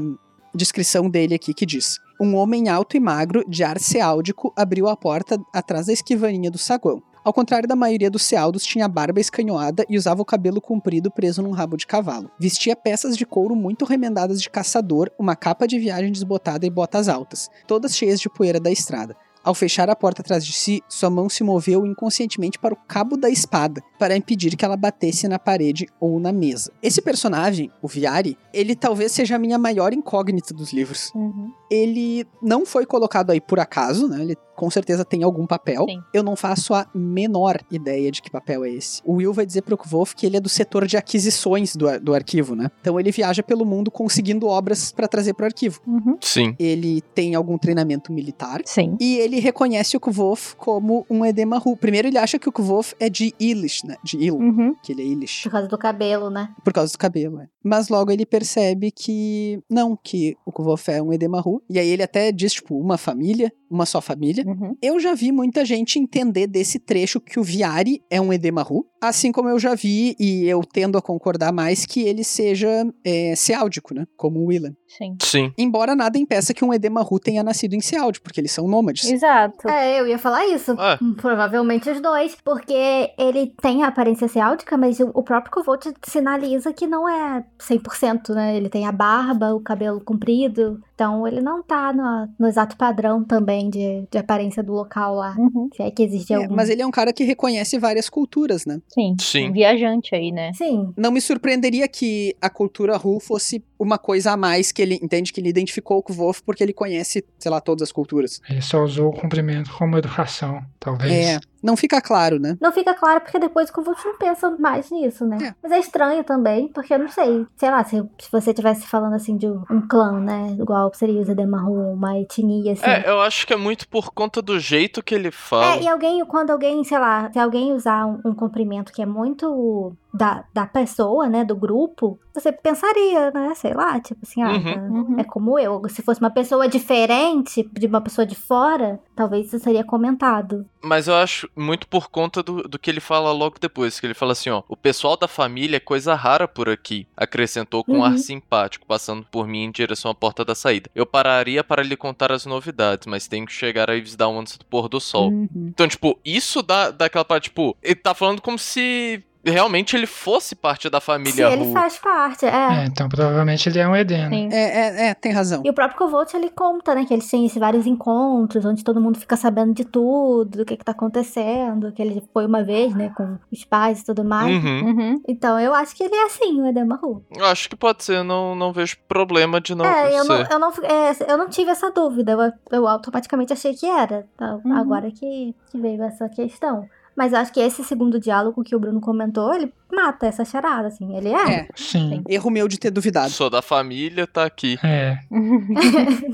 [SPEAKER 2] descrição dele aqui que diz: Um homem alto e magro, de ar ceáldico, abriu a porta atrás da esquivaninha do saguão. Ao contrário da maioria dos cealdos, tinha a barba escanhoada e usava o cabelo comprido preso num rabo de cavalo. Vestia peças de couro muito remendadas de caçador, uma capa de viagem desbotada e botas altas, todas cheias de poeira da estrada. Ao fechar a porta atrás de si, sua mão se moveu inconscientemente para o cabo da espada, para impedir que ela batesse na parede ou na mesa. Esse personagem, o Viari, ele talvez seja a minha maior incógnita dos livros.
[SPEAKER 3] Uhum.
[SPEAKER 2] ele não foi colocado aí por acaso, né? Ele com certeza tem algum papel.
[SPEAKER 3] Sim.
[SPEAKER 2] Eu não faço a menor ideia de que papel é esse. O Will vai dizer pro Kvolf que ele é do setor de aquisições do, ar- do arquivo, né? Então ele viaja pelo mundo conseguindo obras pra trazer pro arquivo.
[SPEAKER 3] Uhum.
[SPEAKER 4] Sim.
[SPEAKER 2] Ele tem algum treinamento militar.
[SPEAKER 3] Sim.
[SPEAKER 2] E ele reconhece o Kvolf como um Edema Ru. Primeiro ele acha que o Kvolf é de Ilish, né? De Il,
[SPEAKER 3] Uhum.
[SPEAKER 2] que ele é Ilish
[SPEAKER 1] Por causa do cabelo, né?
[SPEAKER 2] por causa do cabelo, é. Mas logo ele percebe que não, que o Kuvofé é um Edemaru. E aí ele até diz, tipo, uma família, uma só família.
[SPEAKER 3] Uhum.
[SPEAKER 2] Eu já vi muita gente entender desse trecho que o Viari é um Edemaru, assim como eu já vi, e eu tendo a concordar mais, que ele seja é, seáldico, né? Como o Willan.
[SPEAKER 3] Sim.
[SPEAKER 4] Sim.
[SPEAKER 2] Embora nada impeça que um Edemaru tenha nascido em seáldio, porque eles são nômades.
[SPEAKER 3] Exato.
[SPEAKER 1] É, eu ia falar isso.
[SPEAKER 4] É.
[SPEAKER 1] Hum, [laughs] Provavelmente os dois, porque ele tem a aparência seáldica, mas o o próprio Kovolt sinaliza que não é 100%, né? Ele tem a barba, o cabelo comprido, então ele não tá no, no exato padrão também de, de aparência do local lá.
[SPEAKER 3] Uhum.
[SPEAKER 1] Se é que existe
[SPEAKER 2] É,
[SPEAKER 1] algum.
[SPEAKER 2] mas ele é um cara que reconhece várias culturas, né?
[SPEAKER 3] Sim.
[SPEAKER 4] Sim.
[SPEAKER 3] Um viajante aí, né?
[SPEAKER 1] Sim,
[SPEAKER 2] Não me surpreenderia que a cultura Ru fosse uma coisa a mais que ele entende que ele identificou com o Wolf porque ele conhece, sei lá, todas as culturas.
[SPEAKER 5] Ele só usou o cumprimento como educação, talvez.
[SPEAKER 2] É, não fica claro, né?
[SPEAKER 1] Não fica claro porque depois o Kovolt não pensa mais nisso, né?
[SPEAKER 2] É.
[SPEAKER 1] Mas é estranho também, porque eu não sei. Sei lá, se, se você estivesse falando assim de um um clã, né? Igual seria o Zedemarru, uma etnia, assim.
[SPEAKER 4] É, eu acho que é muito por conta do jeito que ele
[SPEAKER 1] É,
[SPEAKER 4] fala.
[SPEAKER 1] e alguém, quando alguém, sei lá, se alguém usar um, um comprimento que é muito da, da pessoa, né, do grupo, você pensaria, né, sei lá, tipo assim, ah,
[SPEAKER 4] Uhum.
[SPEAKER 3] Uhum.
[SPEAKER 1] é como eu. Se fosse uma pessoa diferente, de uma pessoa de fora, talvez isso seria comentado.
[SPEAKER 4] Mas eu acho muito por conta do, do que ele fala logo depois, que ele fala assim, ó, o pessoal da família é coisa rara por aqui, acrescentou com um ar
[SPEAKER 1] Uhum.
[SPEAKER 4] simpático, passando por mim em direção à porta da saída. Eu pararia para lhe contar as novidades, mas tenho que chegar aí visitar o antes do pôr do sol. Então, tipo, isso dá, dá aquela parte, tipo, ele tá falando como se realmente ele fosse parte da
[SPEAKER 1] Se
[SPEAKER 4] família
[SPEAKER 1] ele
[SPEAKER 4] Ru.
[SPEAKER 1] faz parte, é.
[SPEAKER 5] É, então provavelmente ele é um Eden.
[SPEAKER 3] Sim.
[SPEAKER 2] É, é, é, tem razão.
[SPEAKER 1] E o próprio Kovolt, ele conta, né, que eles têm esses vários encontros, onde todo mundo fica sabendo de tudo, do que que tá acontecendo, que ele foi uma vez, né, com os pais e tudo mais.
[SPEAKER 4] Uhum.
[SPEAKER 3] Uhum.
[SPEAKER 1] Então, eu acho que ele é assim, o Edemaru.
[SPEAKER 4] Eu acho que pode ser, não, não vejo problema de não
[SPEAKER 1] é, eu não,
[SPEAKER 4] ser.
[SPEAKER 1] eu, não, é, eu não tive essa dúvida. Eu, eu automaticamente achei que era. tá?
[SPEAKER 3] Uhum.
[SPEAKER 1] Agora que, que veio essa questão. Mas eu acho que esse segundo diálogo que o Bruno comentou, ele mata essa charada, assim. Ele é.
[SPEAKER 2] É.
[SPEAKER 5] Sim.
[SPEAKER 2] Erro meu de ter duvidado.
[SPEAKER 4] Sou da família, tá aqui.
[SPEAKER 5] É.
[SPEAKER 3] Uhum.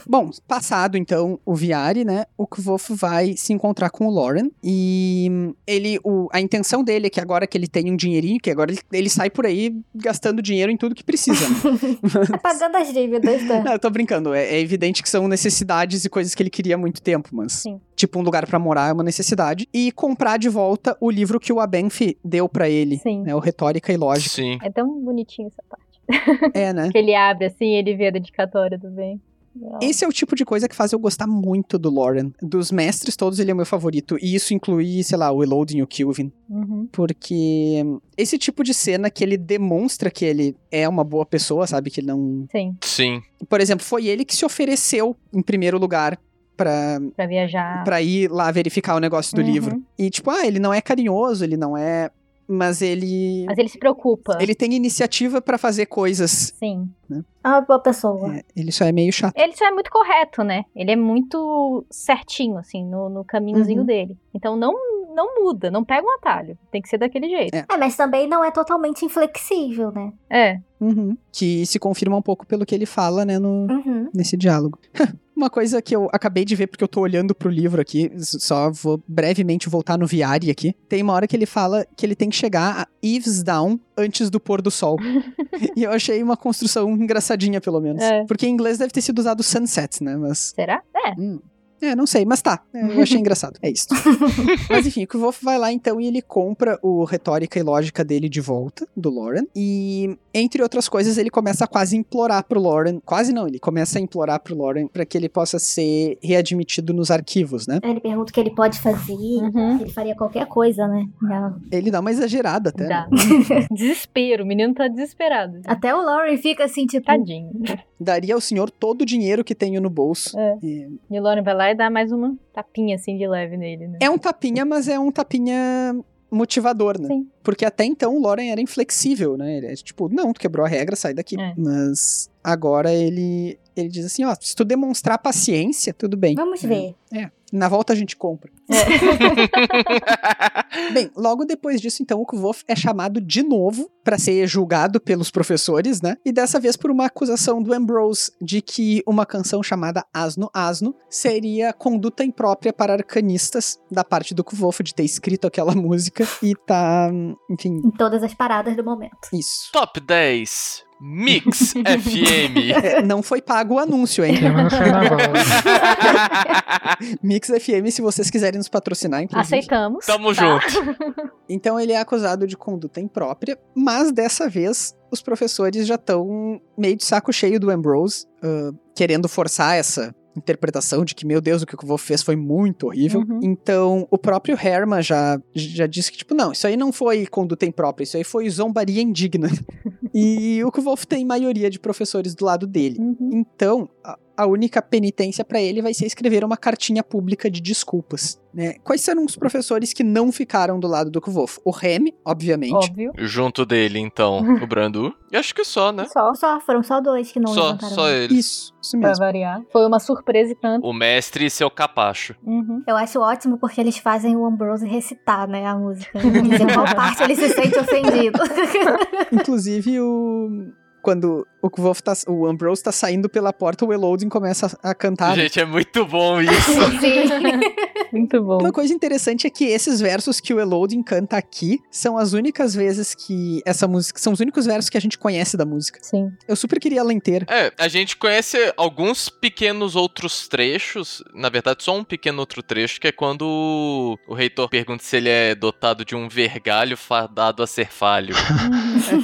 [SPEAKER 2] Bom, passado então o Viari, né? O Kvof vai se encontrar com o Lauren. E hum, ele. o- a intenção dele é que agora que ele tem um dinheirinho, que agora ele, ele sai por aí gastando dinheiro em tudo que precisa. né?
[SPEAKER 1] [laughs] Tá pagando as dívidas, tá? [laughs]
[SPEAKER 2] Não, eu tô brincando. É, é evidente que são necessidades e coisas que ele queria há muito tempo, mas.
[SPEAKER 3] Sim.
[SPEAKER 2] Tipo, um lugar pra morar é uma necessidade. E comprar de volta o livro que o Abenfi deu pra ele.
[SPEAKER 3] Sim.
[SPEAKER 2] Né, o Retórica e
[SPEAKER 3] [laughs]
[SPEAKER 2] Lógica.
[SPEAKER 4] Sim.
[SPEAKER 3] É tão bonitinho essa parte.
[SPEAKER 2] é, né?
[SPEAKER 3] Que ele abre assim e ele vê a dedicatória do bem. Não.
[SPEAKER 2] Esse é o tipo de coisa que faz eu gostar muito do Lauren. Dos mestres todos, ele é o meu favorito. E isso inclui, sei lá, o Elodin e o Kilvin.
[SPEAKER 3] Uhum.
[SPEAKER 2] Porque hum, esse tipo de cena que ele demonstra que ele é uma boa pessoa, sabe? Que ele não.
[SPEAKER 3] Sim,
[SPEAKER 4] Sim.
[SPEAKER 2] Por exemplo, foi ele que se ofereceu em primeiro lugar pra,
[SPEAKER 3] pra viajar.
[SPEAKER 2] pra ir lá verificar o negócio do
[SPEAKER 3] Ah. Uhum.
[SPEAKER 2] livro. E tipo, ah, ele não é carinhoso, ele não é. Mas ele.
[SPEAKER 3] Mas ele se preocupa.
[SPEAKER 2] Ele tem iniciativa pra fazer coisas.
[SPEAKER 3] Sim.
[SPEAKER 1] É uma boa pessoa.
[SPEAKER 2] É, ele só é meio chato.
[SPEAKER 3] Ele só é muito correto, né? Ele é muito certinho, assim, no, no caminhozinho
[SPEAKER 2] Uhum.
[SPEAKER 3] dele. Então não, não muda, não pega um atalho. Tem que ser daquele jeito.
[SPEAKER 1] É, mas também não é totalmente inflexível, né?
[SPEAKER 3] É.
[SPEAKER 2] Uhum. Que se confirma um pouco pelo que ele fala, né, no,
[SPEAKER 1] Uhum.
[SPEAKER 2] nesse diálogo. [laughs] Uma coisa que eu acabei de ver, porque eu tô olhando pro livro aqui, s- só vou brevemente voltar no Viari aqui. Tem uma hora que ele fala que ele tem que chegar a Eve's Down antes do pôr do
[SPEAKER 3] [laughs]
[SPEAKER 2] sol. e eu achei uma construção engraçadinha, pelo menos.
[SPEAKER 3] É.
[SPEAKER 2] Porque em inglês deve ter sido usado sunset, né? Mas.
[SPEAKER 3] Será? É.
[SPEAKER 2] É, não sei, mas tá. É, Eu
[SPEAKER 3] [laughs]
[SPEAKER 2] achei engraçado. É isso. mas enfim, o Wolf vai lá então e ele compra o Retórica e Lógica dele de volta, do Lauren. E, entre outras coisas, ele começa a quase implorar pro Lauren. Quase não, ele começa a implorar pro Lauren pra que ele possa ser readmitido nos arquivos, né?
[SPEAKER 1] Aí Ele pergunta o que ele pode fazer.
[SPEAKER 3] Uhum.
[SPEAKER 1] Ele faria qualquer coisa, né? Não.
[SPEAKER 2] Ele dá uma exagerada até. né?
[SPEAKER 3] Dá. [laughs] Desespero, o menino tá desesperado.
[SPEAKER 1] Até o Lauren fica assim, tipo.
[SPEAKER 3] Tadinho.
[SPEAKER 2] Daria ao senhor todo o dinheiro que tenho no bolso.
[SPEAKER 3] É.
[SPEAKER 2] É.
[SPEAKER 3] E o Lauren vai lá e dá mais uma tapinha assim de leve nele, né?
[SPEAKER 2] É um tapinha, mas é um tapinha motivador, né?
[SPEAKER 3] Sim.
[SPEAKER 2] Porque até então o Lauren era inflexível, né? Ele é tipo, não, tu quebrou a regra, sai daqui.
[SPEAKER 3] É.
[SPEAKER 2] Mas agora ele Ele diz assim: ó, se tu demonstrar paciência, tudo bem.
[SPEAKER 1] Vamos ver.
[SPEAKER 2] Na volta a gente compra. [laughs] Bem, logo depois disso, então, o Kvof é chamado de novo para ser julgado pelos professores, né? E dessa vez por uma acusação do Ambrose de que uma canção chamada Asno Asno seria conduta imprópria para arcanistas da parte do Kvof de ter escrito aquela música e tá, enfim,
[SPEAKER 1] Em todas as paradas do momento.
[SPEAKER 2] isso.
[SPEAKER 4] Top 10
[SPEAKER 1] [laughs]
[SPEAKER 4] Mix FM.
[SPEAKER 2] É, não foi pago o anúncio, hein?
[SPEAKER 5] Tema no é um
[SPEAKER 2] [laughs]
[SPEAKER 5] carnaval. [laughs]
[SPEAKER 2] Mix FM, se vocês quiserem nos patrocinar, inclusive.
[SPEAKER 3] Aceitamos.
[SPEAKER 4] Tamo
[SPEAKER 3] tá?
[SPEAKER 4] junto.
[SPEAKER 2] Então ele é acusado de conduta imprópria, mas dessa vez os professores já estão meio de saco cheio do Ambrose, ah, querendo forçar essa interpretação de que, meu Deus, o que o Kvo fez foi muito horrível.
[SPEAKER 6] Uhum.
[SPEAKER 2] Então o próprio Herman já, já disse que, tipo, não, isso aí não foi conduta imprópria, isso aí foi zombaria indigna. e o Kvolf tem maioria de professores do lado dele.
[SPEAKER 6] Uhum.
[SPEAKER 2] Então, a, a única penitência pra ele vai ser escrever uma cartinha pública de desculpas. Né? Quais serão os professores que não ficaram do lado do Kvolf? O Remy, obviamente.
[SPEAKER 3] Óbvio.
[SPEAKER 4] Junto dele, então, o Brandu. E acho que só, né?
[SPEAKER 3] Só,
[SPEAKER 1] Só foram só dois que não
[SPEAKER 4] Só,
[SPEAKER 1] levantaram.
[SPEAKER 4] só
[SPEAKER 1] a mão.
[SPEAKER 4] ele.
[SPEAKER 2] Isso, isso
[SPEAKER 3] pra
[SPEAKER 2] É mesmo.
[SPEAKER 3] variar. Foi uma surpresa e tanto.
[SPEAKER 4] O mestre e seu capacho.
[SPEAKER 2] [laughs]
[SPEAKER 3] Uhum.
[SPEAKER 1] Eu acho ótimo porque eles fazem o Ambrose recitar, né, a música. Dizer qual parte ele se sente ofendido.
[SPEAKER 2] Inclusive, o. Quando o Kvolf tá. O Ambrose tá saindo pela porta, o Elodin começa a, a cantar.
[SPEAKER 4] Gente, é muito bom isso.
[SPEAKER 1] Sim.
[SPEAKER 3] [laughs] Muito bom.
[SPEAKER 2] Uma coisa interessante é que esses versos que o Elodin canta aqui são as únicas vezes que essa música. São os únicos versos que a gente conhece da música.
[SPEAKER 3] Sim.
[SPEAKER 2] Eu super queria ela inteira.
[SPEAKER 4] É, a gente conhece alguns pequenos outros trechos, na verdade só um pequeno outro trecho, que é quando o- o reitor pergunta se ele é dotado de um vergalho fadado a ser falho.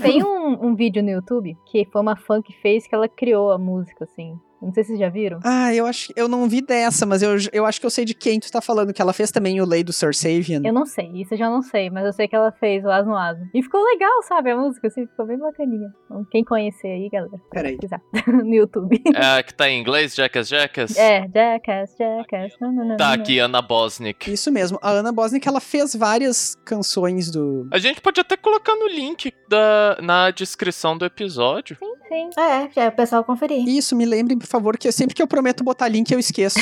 [SPEAKER 3] Tem um, um vídeo no YouTube que foi uma fã que fez que ela criou a música, assim. Não sei se vocês já viram.
[SPEAKER 2] Ah, eu acho eu não vi dessa, mas eu, eu acho que eu sei de quem tu tá falando, que ela fez também o Lei do Sir Savian.
[SPEAKER 3] Eu não sei, isso eu já não sei, mas eu sei que ela fez o Asno Asno. E ficou legal, sabe? A música, assim, ficou bem bacaninha. Então, quem conhecer aí, galera,
[SPEAKER 2] Peraí.
[SPEAKER 3] pesquisar [laughs] no YouTube.
[SPEAKER 4] É a que tá em inglês, Jackass Jackass?
[SPEAKER 3] É, Jackass, Jackass. Não, não, não, não.
[SPEAKER 4] Tá aqui, Ana Bosnick.
[SPEAKER 2] Isso mesmo, a Ana Bosnick, ela fez várias canções do...
[SPEAKER 4] A gente pode até colocar no link da, na descrição do episódio.
[SPEAKER 3] Sim, sim.
[SPEAKER 1] É, já é o pessoal conferir.
[SPEAKER 2] Isso, me lembrem, por favor, que eu- sempre que eu prometo botar link, eu
[SPEAKER 3] [laughs]
[SPEAKER 2] esqueço.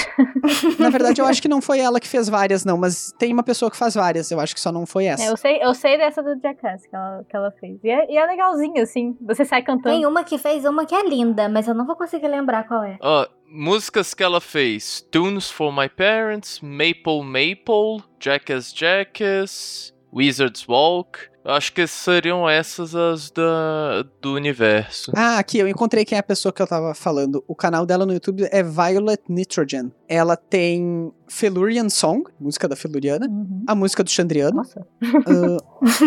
[SPEAKER 2] Na verdade, eu acho que não foi ela que fez várias, não, mas tem uma pessoa que faz várias, eu acho que só não foi essa.
[SPEAKER 3] É, eu, sei, eu sei dessa do Jackass que ela, que ela fez. E é, e é legalzinha, assim. Você sai cantando.
[SPEAKER 1] Tem uma que fez uma que é linda, mas eu não vou conseguir lembrar qual é.
[SPEAKER 4] Ó, músicas que ela fez: Tunes for My Parents, Maple Maple, Jackass Jackass, Wizard's Walk. Eu Acho que seriam essas as da, do universo.
[SPEAKER 2] Ah, aqui, eu encontrei quem é a pessoa que eu tava falando. O canal dela no YouTube é Violet Nitrogen. Ela tem Felurian Song, música da Feluriana,
[SPEAKER 3] Uhum.
[SPEAKER 2] a música do Chandriano,
[SPEAKER 3] Nossa.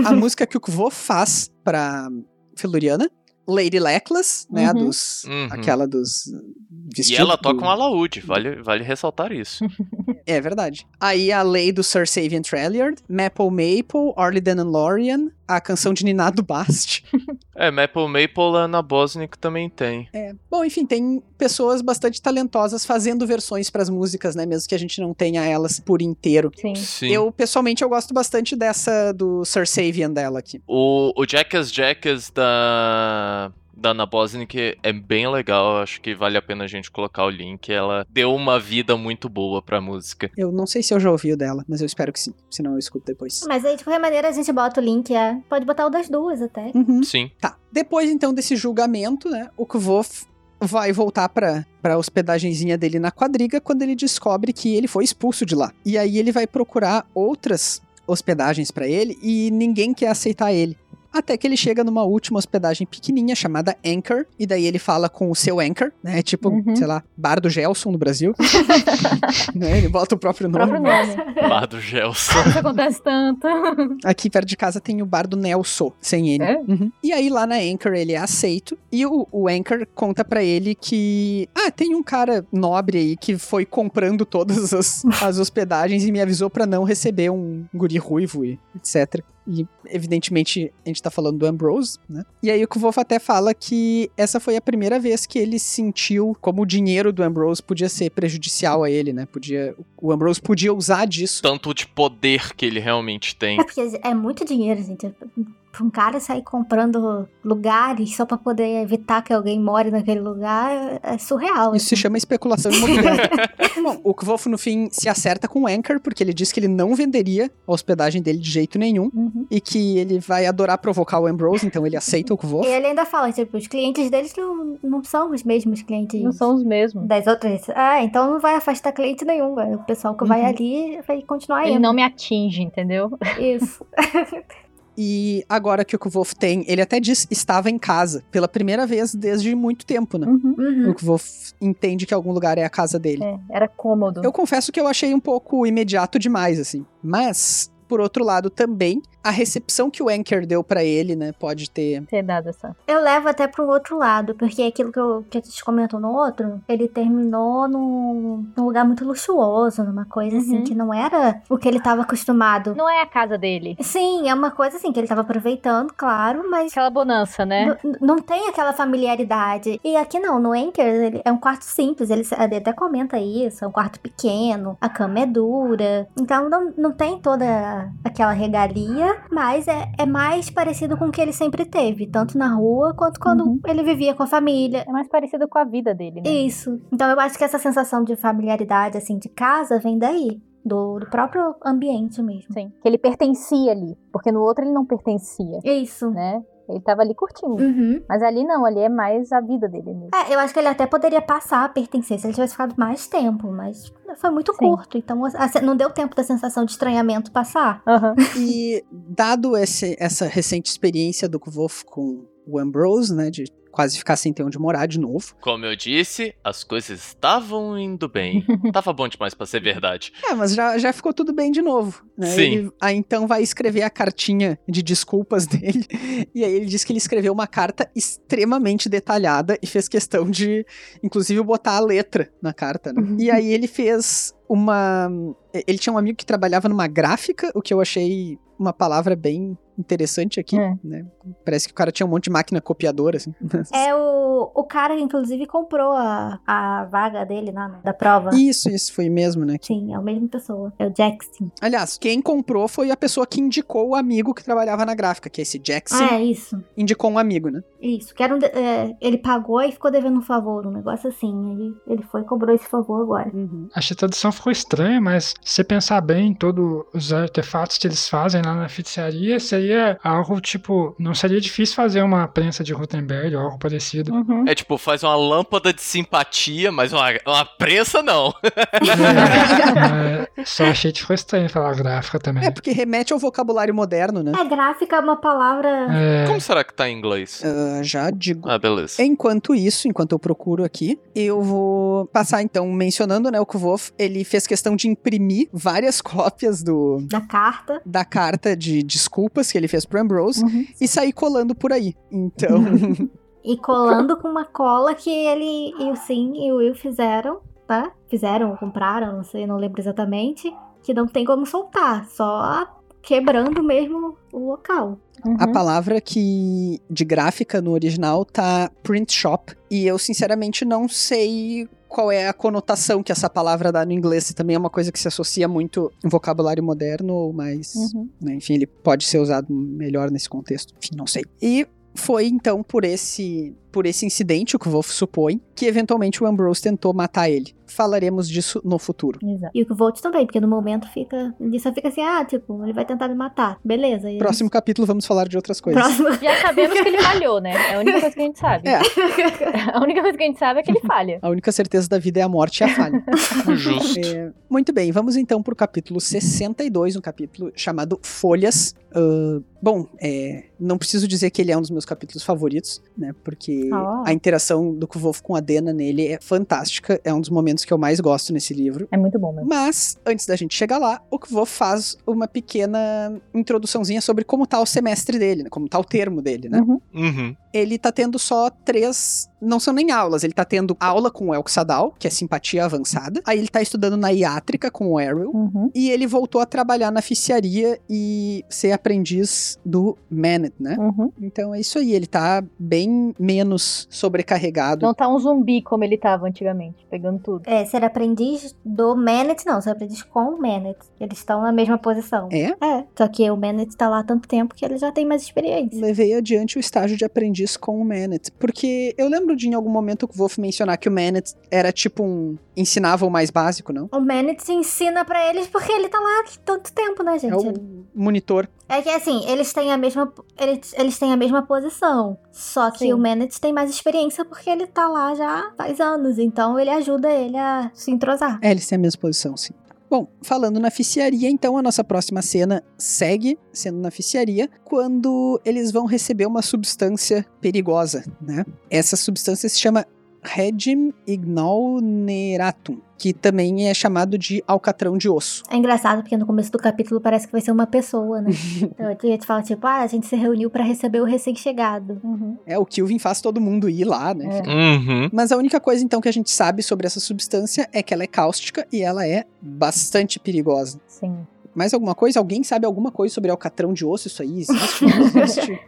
[SPEAKER 2] Ah, a música que o Kvo faz pra Feluriana, Lady Leclas, né? a
[SPEAKER 6] Uhum.
[SPEAKER 2] dos.
[SPEAKER 4] Uhum.
[SPEAKER 2] Aquela dos. vestidos
[SPEAKER 4] E ela toca
[SPEAKER 2] do-
[SPEAKER 4] um alaúde, vale, vale ressaltar isso.
[SPEAKER 2] É verdade. Aí a lei do Sir Savian Trelliard, Maple Maple, Orlidan and Lorian, a canção de Ninado Bast.
[SPEAKER 4] É, Maple Maple, Ana Bosnick também tem.
[SPEAKER 2] É. Bom, enfim, tem pessoas bastante talentosas fazendo versões pras músicas, né? Mesmo que a gente não tenha elas por inteiro.
[SPEAKER 3] Sim.
[SPEAKER 4] Sim.
[SPEAKER 2] Eu, pessoalmente, eu gosto bastante dessa do Sir Savian dela aqui.
[SPEAKER 4] O, o Jackass Jackass da, da Ana Bosnick é bem legal, eu acho que vale a pena a gente colocar o link. Ela deu uma vida muito boa pra música.
[SPEAKER 2] Eu não sei se eu já ouvi o dela, mas eu espero que sim. Senão eu escuto depois.
[SPEAKER 1] Mas aí, de qualquer maneira, a gente bota o link. É. Pode botar o das duas até.
[SPEAKER 2] Uhum.
[SPEAKER 4] Sim.
[SPEAKER 2] Tá. Depois, então, desse julgamento, né? O Kvof vai voltar pra, pra hospedagenzinha dele na quadriga quando ele descobre que ele foi expulso de lá. E aí ele vai procurar outras hospedagens pra ele e ninguém quer aceitar ele. Até que ele chega numa última hospedagem pequenininha chamada Anchor, e daí ele fala com o seu Anchor, né? Tipo,
[SPEAKER 3] Uhum.
[SPEAKER 2] sei lá, Bar do Gelson no
[SPEAKER 3] [laughs]
[SPEAKER 2] Brasil. [laughs] né? Ele bota o próprio
[SPEAKER 3] O
[SPEAKER 2] nome.
[SPEAKER 3] próprio
[SPEAKER 4] [laughs]
[SPEAKER 3] nome.
[SPEAKER 4] Lá do Gelson.
[SPEAKER 3] Isso acontece tanto.
[SPEAKER 2] Aqui perto de casa tem o bar do Nelson, sem ele.
[SPEAKER 3] É?
[SPEAKER 2] Uhum. E aí lá na Anchor ele é aceito e o, o Anchor conta pra ele que ah, tem um cara nobre aí que foi comprando todas as, as hospedagens e me avisou pra não receber um guri ruivo e etc. E evidentemente a gente tá falando do Ambrose, né? E aí o Kvof até fala que essa foi a primeira vez que ele sentiu como o dinheiro do Ambrose podia ser prejudicial a ele, né? Podia o Ambrose podia usar
[SPEAKER 1] [laughs]
[SPEAKER 2] disso
[SPEAKER 4] Tanto de poder que ele realmente tem.
[SPEAKER 1] É porque é muito dinheiro, gente. pra um cara sair comprando lugares só pra poder evitar que alguém more naquele lugar é surreal.
[SPEAKER 2] Isso se chama especulação imobiliária. Bom, o Kvof, no fim, se acerta com o Anchor, porque ele diz que ele não venderia a hospedagem dele de jeito nenhum
[SPEAKER 1] Uhum.
[SPEAKER 2] e que ele vai adorar provocar o Ambrose, então ele aceita o
[SPEAKER 1] E
[SPEAKER 2] Kvof.
[SPEAKER 1] ele ainda fala, tipo, os clientes deles não, não são os mesmos clientes
[SPEAKER 3] Não são os mesmos.
[SPEAKER 1] das outras. Ah, então não vai afastar cliente nenhum. vai. O pessoal que vai
[SPEAKER 2] Uhum.
[SPEAKER 1] ali vai continuar
[SPEAKER 3] Ele
[SPEAKER 1] indo.
[SPEAKER 3] não me atinge, entendeu?
[SPEAKER 1] Isso.
[SPEAKER 2] E agora que o Kvof tem, ele até diz estava em casa, pela primeira vez desde muito tempo, né?
[SPEAKER 3] Uhum.
[SPEAKER 1] Uhum.
[SPEAKER 2] O Kvof entende que algum lugar é a casa dele.
[SPEAKER 3] [laughs] É, era cômodo.
[SPEAKER 2] Eu confesso que eu achei um pouco imediato demais, assim. Mas, por outro lado, também, a recepção que o Anchor deu pra ele, né, pode ter...
[SPEAKER 3] Ter dado essa.
[SPEAKER 1] Eu levo até pro outro lado, porque é aquilo que, eu, que a gente comentou no outro, ele terminou num, num lugar muito luxuoso, numa coisa assim,
[SPEAKER 3] Uhum.
[SPEAKER 1] que não era o que ele tava acostumado.
[SPEAKER 3] Não é a casa dele.
[SPEAKER 1] Sim, é uma coisa assim que ele tava aproveitando, claro, mas.
[SPEAKER 3] Aquela bonança, né?
[SPEAKER 1] n- Não tem aquela familiaridade. E aqui não, no Anchor ele é um quarto simples, ele, se- ele até comenta isso, é um quarto pequeno, a cama é dura. Então não, não tem toda aquela regalia, mas é, é mais parecido com o que ele sempre teve, tanto na rua quanto quando
[SPEAKER 3] Uhum.
[SPEAKER 1] ele vivia com a família.
[SPEAKER 3] É mais parecido com a vida dele, né?
[SPEAKER 1] Isso. Então eu acho que essa sensação de familiaridade, assim, de casa, vem daí. Do, do próprio ambiente mesmo.
[SPEAKER 3] Sim. Que ele pertencia ali. Porque no outro ele não pertencia,
[SPEAKER 1] Isso.
[SPEAKER 3] né? Ele tava ali curtindo.
[SPEAKER 1] Uhum.
[SPEAKER 3] Mas ali não, ali é mais a vida dele mesmo.
[SPEAKER 1] É, eu acho que ele até poderia passar a pertencer se ele tivesse ficado mais tempo, mas foi muito
[SPEAKER 3] Sim.
[SPEAKER 1] curto, então a- a- não deu tempo da sensação de estranhamento passar.
[SPEAKER 3] Aham.
[SPEAKER 2] E, dado esse- essa recente experiência do Kvof com o Ambrose, né, de quase ficar sem ter onde morar de novo...
[SPEAKER 4] Como eu disse, as coisas estavam indo bem. Tava bom demais pra ser verdade.
[SPEAKER 2] É, mas já, já ficou tudo bem de novo, né?
[SPEAKER 4] Sim.
[SPEAKER 2] Ele, aí, então, vai escrever a cartinha de desculpas [laughs] dele. E aí, ele diz que ele escreveu uma carta extremamente detalhada e fez questão de, inclusive, botar a letra na carta, né? E aí, ele fez uma... Ele tinha um amigo que trabalhava numa gráfica, o que eu achei uma palavra bem interessante aqui,
[SPEAKER 3] É.
[SPEAKER 2] né? Parece que o cara tinha um monte de máquina copiadora, assim. mas-
[SPEAKER 1] É o, o cara que, inclusive, comprou a, a vaga dele na, da prova.
[SPEAKER 2] Isso, isso foi mesmo, né?
[SPEAKER 1] Sim, é a mesma pessoa. É o Jackson.
[SPEAKER 2] Aliás, quem comprou foi a pessoa que indicou o amigo que trabalhava na gráfica, que é esse Jackson.
[SPEAKER 1] Ah, é isso.
[SPEAKER 2] indicou um amigo, né?
[SPEAKER 1] Isso. Que era um de- é, ele pagou e ficou devendo um favor, um negócio assim. Aí ele foi e cobrou esse favor agora.
[SPEAKER 5] Acho que a tradução ficou estranha, mas se você pensar bem em todos os artefatos que eles fazem lá na feitiçaria, seria algo tipo. Não seria difícil fazer uma prensa de Gutenberg ou algo parecido.
[SPEAKER 3] Uhum.
[SPEAKER 4] É tipo, faz uma lâmpada de simpatia, mas uma, uma prensa não.
[SPEAKER 5] É, só achei que ficou estranho falar gráfica também.
[SPEAKER 2] É, porque remete ao vocabulário moderno, né?
[SPEAKER 1] É, gráfica é uma palavra.
[SPEAKER 5] É,
[SPEAKER 4] Como será que tá em inglês?
[SPEAKER 2] Ah, já digo.
[SPEAKER 4] Ah, beleza.
[SPEAKER 2] Enquanto isso, enquanto eu procuro aqui, eu vou passar então mencionando, né, o Kvof, ele fez questão de imprimir várias [laughs] cópias do
[SPEAKER 1] Da carta.
[SPEAKER 2] da carta de desculpas que ele fez pro Ambrose
[SPEAKER 3] Uhum.
[SPEAKER 2] e sair colando por aí. Então,
[SPEAKER 1] E colando com uma cola que ele e o Sim e o Will fizeram, tá? Fizeram, compraram, não sei, não lembro exatamente. Que não tem como soltar, só quebrando mesmo o local.
[SPEAKER 2] a
[SPEAKER 3] Uhum.
[SPEAKER 2] palavra que de gráfica no original tá print shop e eu sinceramente não sei qual é a conotação que essa palavra dá no inglês, se também é uma coisa que se associa muito em vocabulário moderno ou mais
[SPEAKER 3] Uhum.
[SPEAKER 2] né? Enfim, ele pode ser usado melhor nesse contexto. Enfim, não sei. E foi então por esse por esse incidente, o que o Wolf supõe, que eventualmente o Ambrose tentou matar ele. Falaremos disso no futuro.
[SPEAKER 3] Exato.
[SPEAKER 1] E o Volt também, porque no momento fica. Ele só fica assim, ah, tipo, ele vai tentar me matar. Beleza. e- [laughs]
[SPEAKER 2] Próximo capítulo vamos falar de outras coisas.
[SPEAKER 1] Próximo.
[SPEAKER 3] Já sabemos que [laughs] ele falhou, né? É a única coisa que a gente sabe.
[SPEAKER 2] É.
[SPEAKER 3] [laughs] A única coisa que a gente sabe é que ele falha.
[SPEAKER 2] A única certeza da vida é a morte e a falha.
[SPEAKER 4] Justo.
[SPEAKER 2] É, muito bem, vamos então pro capítulo 62, um capítulo chamado Folhas. Ahn, bom, é, não preciso dizer que ele é um dos meus capítulos favoritos, né? Porque
[SPEAKER 1] Ah.
[SPEAKER 2] a interação do Kvolf com a Dena nele é fantástica. É um dos momentos que eu mais gosto nesse livro.
[SPEAKER 3] É muito bom mesmo.
[SPEAKER 2] Mas, antes da gente chegar lá, o Kvolf faz uma pequena introduçãozinha sobre como tá o semestre dele, né, como tá o termo dele, né?
[SPEAKER 3] Uhum.
[SPEAKER 4] Uhum.
[SPEAKER 2] Ele tá tendo só três não são nem aulas. Ele tá tendo aula com o Elxadal, que é simpatia avançada. Aí ele tá estudando na iátrica com o Ariel.
[SPEAKER 6] Uhum.
[SPEAKER 2] E ele voltou a trabalhar na ficiaria e ser aprendiz do Manet, né?
[SPEAKER 6] Uhum.
[SPEAKER 2] Então é isso aí, ele tá bem menos sobrecarregado.
[SPEAKER 3] Não tá um zumbi como ele tava antigamente, pegando tudo.
[SPEAKER 1] É, ser aprendiz do Manet, não, ser aprendiz com o Manet. Eles estão na mesma posição.
[SPEAKER 2] É?
[SPEAKER 1] É, só que o Manet tá lá há tanto tempo que ele já tem mais experiência.
[SPEAKER 2] Levei adiante o estágio de aprendiz com o Manet. Porque eu lembro de em algum momento o Wolf mencionar que o Manet era tipo um. ensinava o mais básico, não?
[SPEAKER 1] O Manet ensina pra eles porque ele tá lá há tanto tempo, né, gente?
[SPEAKER 2] É o monitor.
[SPEAKER 1] É que assim, eles têm a mesma. Eles, eles têm a mesma posição. Só que
[SPEAKER 6] Sim.
[SPEAKER 1] o Manet tem mais experiência porque ele tá lá já faz anos. Então ele ajuda ele a se entrosar.
[SPEAKER 2] É, eles têm a mesma posição, sim. Bom, falando na ficiaria, então a nossa próxima cena segue sendo na ficiaria, quando eles vão receber uma substância perigosa, né? Essa substância se chama Regim Ignolneratum, que também é chamado de alcatrão de osso.
[SPEAKER 1] É engraçado porque no começo do capítulo parece que vai ser uma pessoa, [laughs] né? Eu ia te falar, tipo, ah, a gente se reuniu pra receber o recém-chegado.
[SPEAKER 6] Uhum.
[SPEAKER 2] É o Kilvin faz todo mundo ir lá, né?
[SPEAKER 3] É.
[SPEAKER 4] Uhum.
[SPEAKER 2] Mas a única coisa então que a gente sabe sobre essa substância é que ela é cáustica e ela é bastante perigosa.
[SPEAKER 3] Sim.
[SPEAKER 2] Mais alguma coisa? Alguém sabe alguma coisa sobre alcatrão de osso? Isso aí existe? Não existe?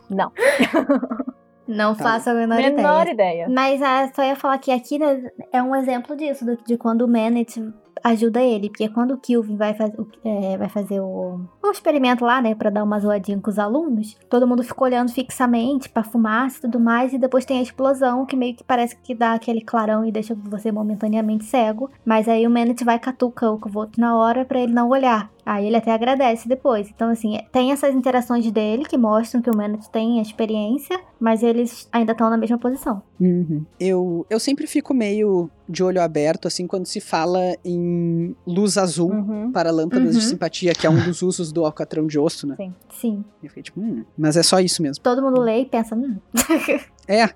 [SPEAKER 1] Não
[SPEAKER 2] Tá.
[SPEAKER 1] faço a menor,
[SPEAKER 3] [laughs] Menor
[SPEAKER 1] ideia.
[SPEAKER 3] ideia.
[SPEAKER 1] Mas ah, só ia falar que aqui né, é um exemplo disso, do- de quando o Manet ajuda ele. Porque quando o Kilvin vai, faz- o- é, vai fazer o, o experimento lá, né, pra dar uma zoadinha com os alunos, todo mundo fica olhando fixamente pra fumaça e tudo mais. E depois tem a explosão, que meio que parece que dá aquele clarão e deixa você momentaneamente cego. Mas aí o Manet vai e catuca o Kvoto na hora pra ele não olhar. Aí ele até agradece depois. Então, assim, tem essas interações dele que mostram que o Manet tem a experiência, mas eles ainda estão na mesma posição.
[SPEAKER 2] Eu, eu sempre fico meio de olho aberto, assim, quando se fala em luz azul
[SPEAKER 3] Uhum.
[SPEAKER 2] para lâmpadas de
[SPEAKER 1] Uhum.
[SPEAKER 2] simpatia, que é um dos usos do alcatrão de osso, né?
[SPEAKER 1] Sim.
[SPEAKER 2] Eu fiquei tipo, hum, mas é só
[SPEAKER 1] [laughs]
[SPEAKER 2] isso mesmo.
[SPEAKER 1] Todo mundo lê e pensa, hum.
[SPEAKER 2] É,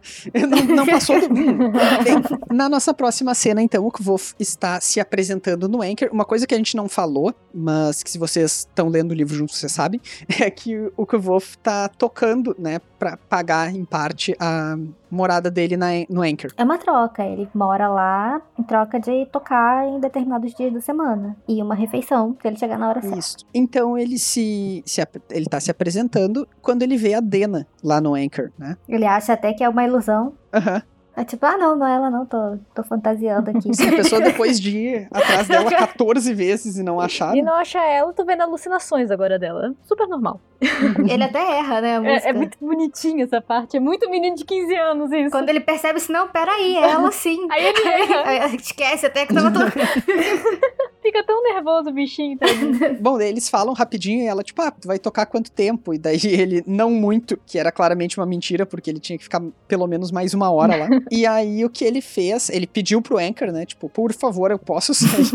[SPEAKER 2] não, não passou do. Hum. Bem, na nossa próxima cena, então, o Kvof está se apresentando no Anchor. Uma coisa que a gente não falou, mas que se vocês estão lendo o livro junto, vocês sabem, [laughs] é que o Kvof está tocando, né, para pagar, em parte, a morada dele na, no Anchor.
[SPEAKER 1] É uma troca. Ele mora lá em troca de tocar em determinados dias da semana. E uma refeição, se ele chegar na hora certa.
[SPEAKER 2] Isso. Então ele se, se ap- ele tá se apresentando quando ele vê a Dena lá no Anchor, né?
[SPEAKER 1] Ele acha até que é uma ilusão.
[SPEAKER 2] Aham.
[SPEAKER 1] É tipo, ah, não, não é ela não, tô, tô fantasiando [laughs] aqui.
[SPEAKER 2] Então, Se a pessoa depois de ir atrás dela 14 vezes e não achar,
[SPEAKER 3] E
[SPEAKER 2] né?
[SPEAKER 3] não acha ela, tô vendo alucinações agora dela. Super normal.
[SPEAKER 1] ele até erra, né, a música.
[SPEAKER 3] É, é muito bonitinha essa parte. É muito menino de 15 anos isso.
[SPEAKER 1] Quando ele percebe isso, não, peraí, é ela [laughs] sim.
[SPEAKER 3] Aí ele erra.
[SPEAKER 1] Aí [laughs] Esquece até que tava [laughs] tocando.
[SPEAKER 3] Fica tão nervoso o bichinho. tá tadinho.
[SPEAKER 2] bom, daí eles falam rapidinho e ela tipo, ah, tu vai tocar quanto tempo? E daí ele não muito, que era claramente uma mentira, porque ele tinha que ficar pelo menos mais uma hora lá. e aí o que ele fez, ele pediu pro Anchor, né, tipo, por favor, eu posso sair.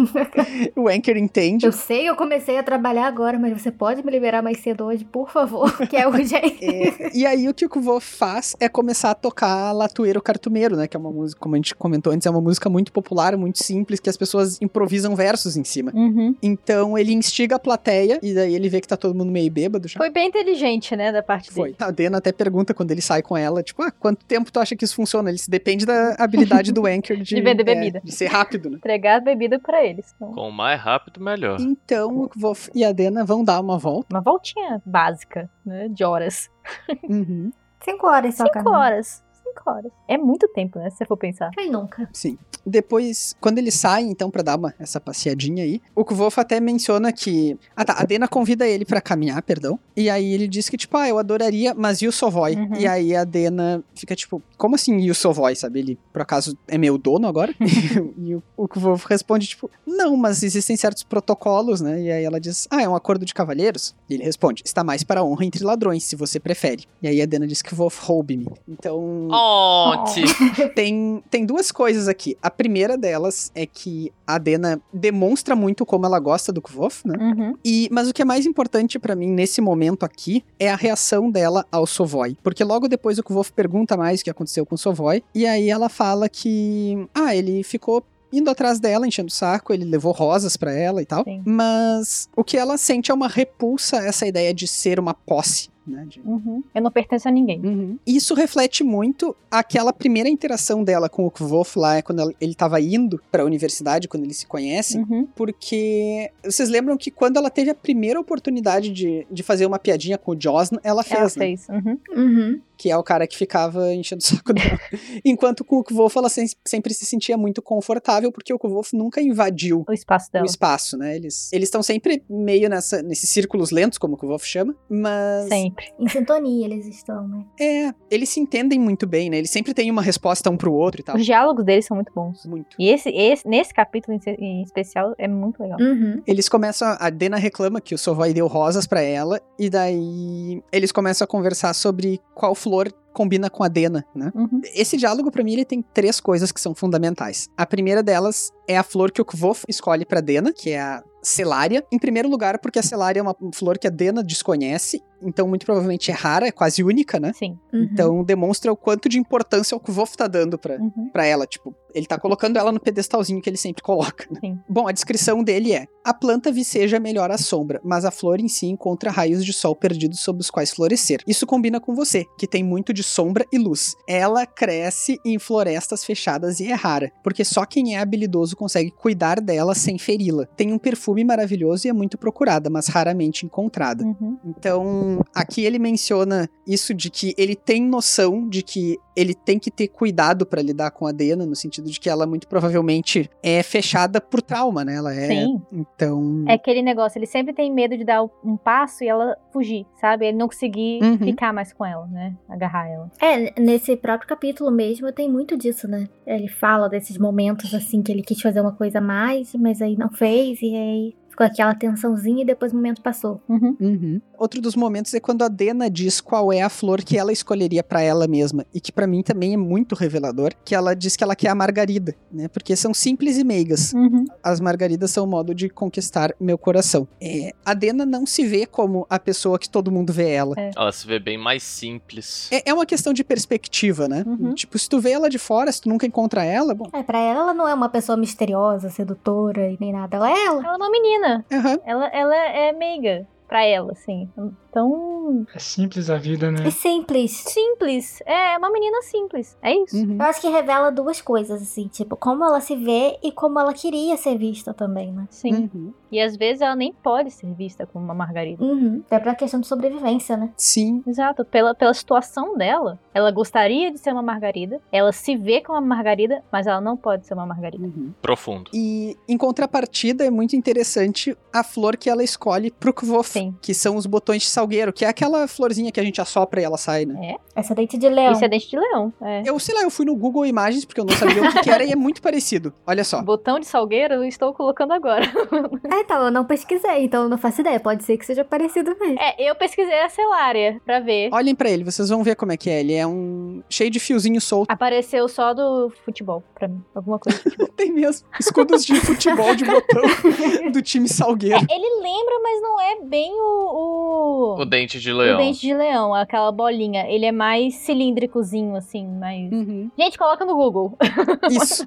[SPEAKER 2] o Anchor entende.
[SPEAKER 1] Eu sei, eu comecei a trabalhar agora, mas você pode me liberar mais cedo hoje, por favor, [laughs] que é urgente.
[SPEAKER 2] É, e aí o que o Kuvô faz é começar a tocar Latueiro Cartumeiro, né? Que é uma música, como a gente comentou antes, é uma música muito popular, muito simples, que as pessoas improvisam versos em cima.
[SPEAKER 3] Uhum.
[SPEAKER 2] Então ele instiga a plateia e daí ele vê que tá todo mundo meio bêbado já.
[SPEAKER 3] Foi bem inteligente, né, da parte
[SPEAKER 2] Foi.
[SPEAKER 3] dele.
[SPEAKER 2] A Dena até pergunta quando ele sai com ela, tipo, ah, quanto tempo tu acha que isso funciona? Ele se depende da habilidade do Anchor de,
[SPEAKER 3] De vender
[SPEAKER 2] é,
[SPEAKER 3] bebida.
[SPEAKER 2] de ser rápido, né?
[SPEAKER 3] Entregar a bebida pra eles. Então,
[SPEAKER 4] Com mais rápido, melhor.
[SPEAKER 2] Então o Kvof e a Dena vão dar uma volta.
[SPEAKER 3] uma voltinha básica, né, de horas.
[SPEAKER 2] Uhum.
[SPEAKER 1] Cinco horas só,
[SPEAKER 3] Cinco
[SPEAKER 1] cara.
[SPEAKER 3] horas. Cinco horas. É muito tempo, né, se você for pensar.
[SPEAKER 1] Quem nunca?
[SPEAKER 2] Sim. Depois, quando eles saem, então, pra dar uma, essa passeadinha aí, o Kvof até menciona que. Ah, tá. A Dena convida ele pra caminhar, perdão. E aí ele diz que, tipo, ah, eu adoraria, mas e o Sovoy?
[SPEAKER 3] Uhum.
[SPEAKER 2] E aí a Dena fica tipo, como assim e o Sovoy, sabe? Ele, por acaso, é meu dono agora? e o, o Kvof responde, tipo, não, mas existem certos protocolos, né? E aí ela diz, ah, é um acordo de cavalheiros? E ele responde, está mais para a honra entre ladrões, se você prefere. E aí a Dena diz que Kvof roube-me. Então.
[SPEAKER 4] Oh, ti-
[SPEAKER 2] Tem, tem duas coisas aqui. A primeira delas é que a Dena demonstra muito como ela gosta do Kvof, né?
[SPEAKER 3] Uhum.
[SPEAKER 2] E, mas o que é mais importante pra mim nesse momento aqui é a reação dela ao Sovoy. Porque logo depois o Kvof pergunta mais o que aconteceu com o Sovoy. E aí ela fala que. Ah, ele ficou. Indo atrás dela, enchendo o saco, ele levou rosas pra ela e tal.
[SPEAKER 3] Sim.
[SPEAKER 2] Mas o que ela sente é uma repulsa a essa ideia de ser uma posse, né? de-
[SPEAKER 3] Uhum. Eu não pertenço a ninguém.
[SPEAKER 2] Isso reflete muito aquela primeira interação dela com o Kvof lá, é quando ela- ele tava indo pra universidade, quando eles se conhecem.
[SPEAKER 3] Uhum.
[SPEAKER 2] Porque vocês lembram que quando ela teve a primeira oportunidade de, de fazer uma piadinha com o Josn, ela fez,
[SPEAKER 3] Ela
[SPEAKER 2] né?
[SPEAKER 3] fez. Uhum.
[SPEAKER 1] Uhum.
[SPEAKER 2] Que é o cara que ficava enchendo o saco
[SPEAKER 3] [laughs]
[SPEAKER 2] dela. Enquanto com o Kvof ela sem- sempre se sentia muito confortável, porque o Kvof nunca invadiu
[SPEAKER 3] O espaço dela.
[SPEAKER 2] o espaço, né? Eles eles estão sempre meio nessa, nesses círculos lentos, como que o Wolf chama, mas
[SPEAKER 3] Sempre.
[SPEAKER 1] Em sintonia eles estão, né?
[SPEAKER 2] é, eles se entendem muito bem, né? Eles sempre têm uma resposta um pro outro e
[SPEAKER 3] [laughs]
[SPEAKER 2] tal.
[SPEAKER 3] Os diálogos deles são muito bons.
[SPEAKER 2] Muito.
[SPEAKER 3] E esse, esse- nesse capítulo em, se- em especial é muito legal.
[SPEAKER 1] Uhum.
[SPEAKER 2] Eles começam. A Dena reclama que o Sovai deu rosas pra ela, e daí eles começam a conversar sobre qual flor combina com a Dena, né?
[SPEAKER 3] Uhum.
[SPEAKER 2] Esse diálogo, pra mim, ele tem três coisas que são fundamentais. A primeira delas é a flor que o Kvof escolhe pra Dena, que é a Celária. Em primeiro lugar, porque a Celária é uma flor que a Dena desconhece, então muito provavelmente é rara, é quase única, né?
[SPEAKER 3] Sim.
[SPEAKER 1] uhum.
[SPEAKER 2] Então demonstra o quanto de importância o Kvof tá dando pra,
[SPEAKER 3] Uhum.
[SPEAKER 2] pra ela. Tipo, ele tá colocando ela no pedestalzinho que ele sempre coloca. né?
[SPEAKER 3] Sim.
[SPEAKER 2] Bom, a descrição dele é: a planta viceja melhor à sombra, mas a flor em si encontra raios de sol perdidos sob os quais florescer. Isso combina com você, que tem muito de sombra e luz. Ela cresce em florestas fechadas e é rara, porque só quem é habilidoso consegue cuidar dela sem feri-la. Tem um perfume maravilhoso e é muito procurada, mas raramente encontrada.
[SPEAKER 3] Uhum.
[SPEAKER 2] Então, aqui ele menciona isso de que ele tem noção de que ele tem que ter cuidado pra lidar com a Dena, no sentido de que ela muito provavelmente é fechada por trauma, né? Ela é.
[SPEAKER 3] Sim.
[SPEAKER 2] Então.
[SPEAKER 3] É aquele negócio, ele sempre tem medo de dar um passo e ela fugir, sabe? Ele não conseguir
[SPEAKER 2] Uhum.
[SPEAKER 3] ficar mais com ela, né? Agarrar ela.
[SPEAKER 1] É, nesse próprio capítulo mesmo tem muito disso, né? Ele fala desses momentos assim que ele quis fazer uma coisa a mais, mas aí não fez, e aí ficou aquela tensãozinha e depois o momento passou.
[SPEAKER 3] Uhum.
[SPEAKER 2] Uhum. Outro dos momentos é quando a Dena diz qual é a flor que ela escolheria pra ela mesma, e que pra mim também é muito revelador, que ela diz que ela quer a margarida, né? Porque são simples e meigas.
[SPEAKER 3] Uhum.
[SPEAKER 2] as margaridas são o modo de conquistar meu coração. É, a Dena não se vê como a pessoa que todo mundo vê ela.
[SPEAKER 4] Ela se vê bem mais simples.
[SPEAKER 2] É, é uma questão de perspectiva, né?
[SPEAKER 3] Uhum.
[SPEAKER 2] Tipo, se tu vê ela de fora, se tu nunca encontra ela, bom.
[SPEAKER 1] É, pra ela, ela não é uma pessoa misteriosa, sedutora e nem nada. Ela é ela.
[SPEAKER 3] Ela é uma menina.
[SPEAKER 2] aham.
[SPEAKER 3] Ela, ela é meiga pra ela, assim. Então,
[SPEAKER 5] É simples a vida, né?
[SPEAKER 1] É simples.
[SPEAKER 3] simples. É uma menina simples. É isso.
[SPEAKER 2] Uhum.
[SPEAKER 1] Eu acho que revela duas coisas, assim, tipo, como ela se vê e como ela queria ser vista também, né?
[SPEAKER 3] Sim.
[SPEAKER 2] Uhum.
[SPEAKER 3] E às vezes ela nem pode ser vista como uma margarida.
[SPEAKER 1] Uhum. Até pra questão de sobrevivência, né?
[SPEAKER 2] Sim.
[SPEAKER 3] Exato, pela, pela situação dela, ela gostaria de ser uma margarida, ela se vê como uma margarida, mas ela não pode ser uma margarida.
[SPEAKER 2] Uhum.
[SPEAKER 4] Profundo.
[SPEAKER 2] E em contrapartida, é muito interessante a flor que ela escolhe pro Kvof,
[SPEAKER 3] Sim.
[SPEAKER 2] que são os botões de salgueiro, que é aquela florzinha que a gente assopra e ela sai, né?
[SPEAKER 1] Essa dente de leão.
[SPEAKER 3] Isso é dente de leão, é.
[SPEAKER 2] Eu sei lá, eu fui no Google Imagens porque eu não sabia o que, que era e é muito parecido. Olha
[SPEAKER 3] [laughs]
[SPEAKER 2] só.
[SPEAKER 3] Botão de salgueiro eu estou colocando agora. [laughs]
[SPEAKER 1] Ah, então, eu não pesquisei, então eu não faço ideia. Pode ser que seja parecido mesmo.
[SPEAKER 3] É, eu pesquisei a celária pra ver.
[SPEAKER 2] Olhem pra ele, vocês vão ver como é que é. Ele é um cheio de fiozinho solto. [laughs]
[SPEAKER 3] Apareceu só do futebol pra mim, alguma coisa. de futebol.
[SPEAKER 2] Tem mesmo. Escudos de futebol de
[SPEAKER 3] [laughs]
[SPEAKER 2] botão do time Salgueiro.
[SPEAKER 3] É, ele lembra, mas não é bem o.
[SPEAKER 4] O dente de
[SPEAKER 3] o
[SPEAKER 4] leão.
[SPEAKER 3] dente de leão, aquela bolinha. Ele é mais cilíndricozinho, assim, mais. Gente, coloca no Google.
[SPEAKER 2] Isso.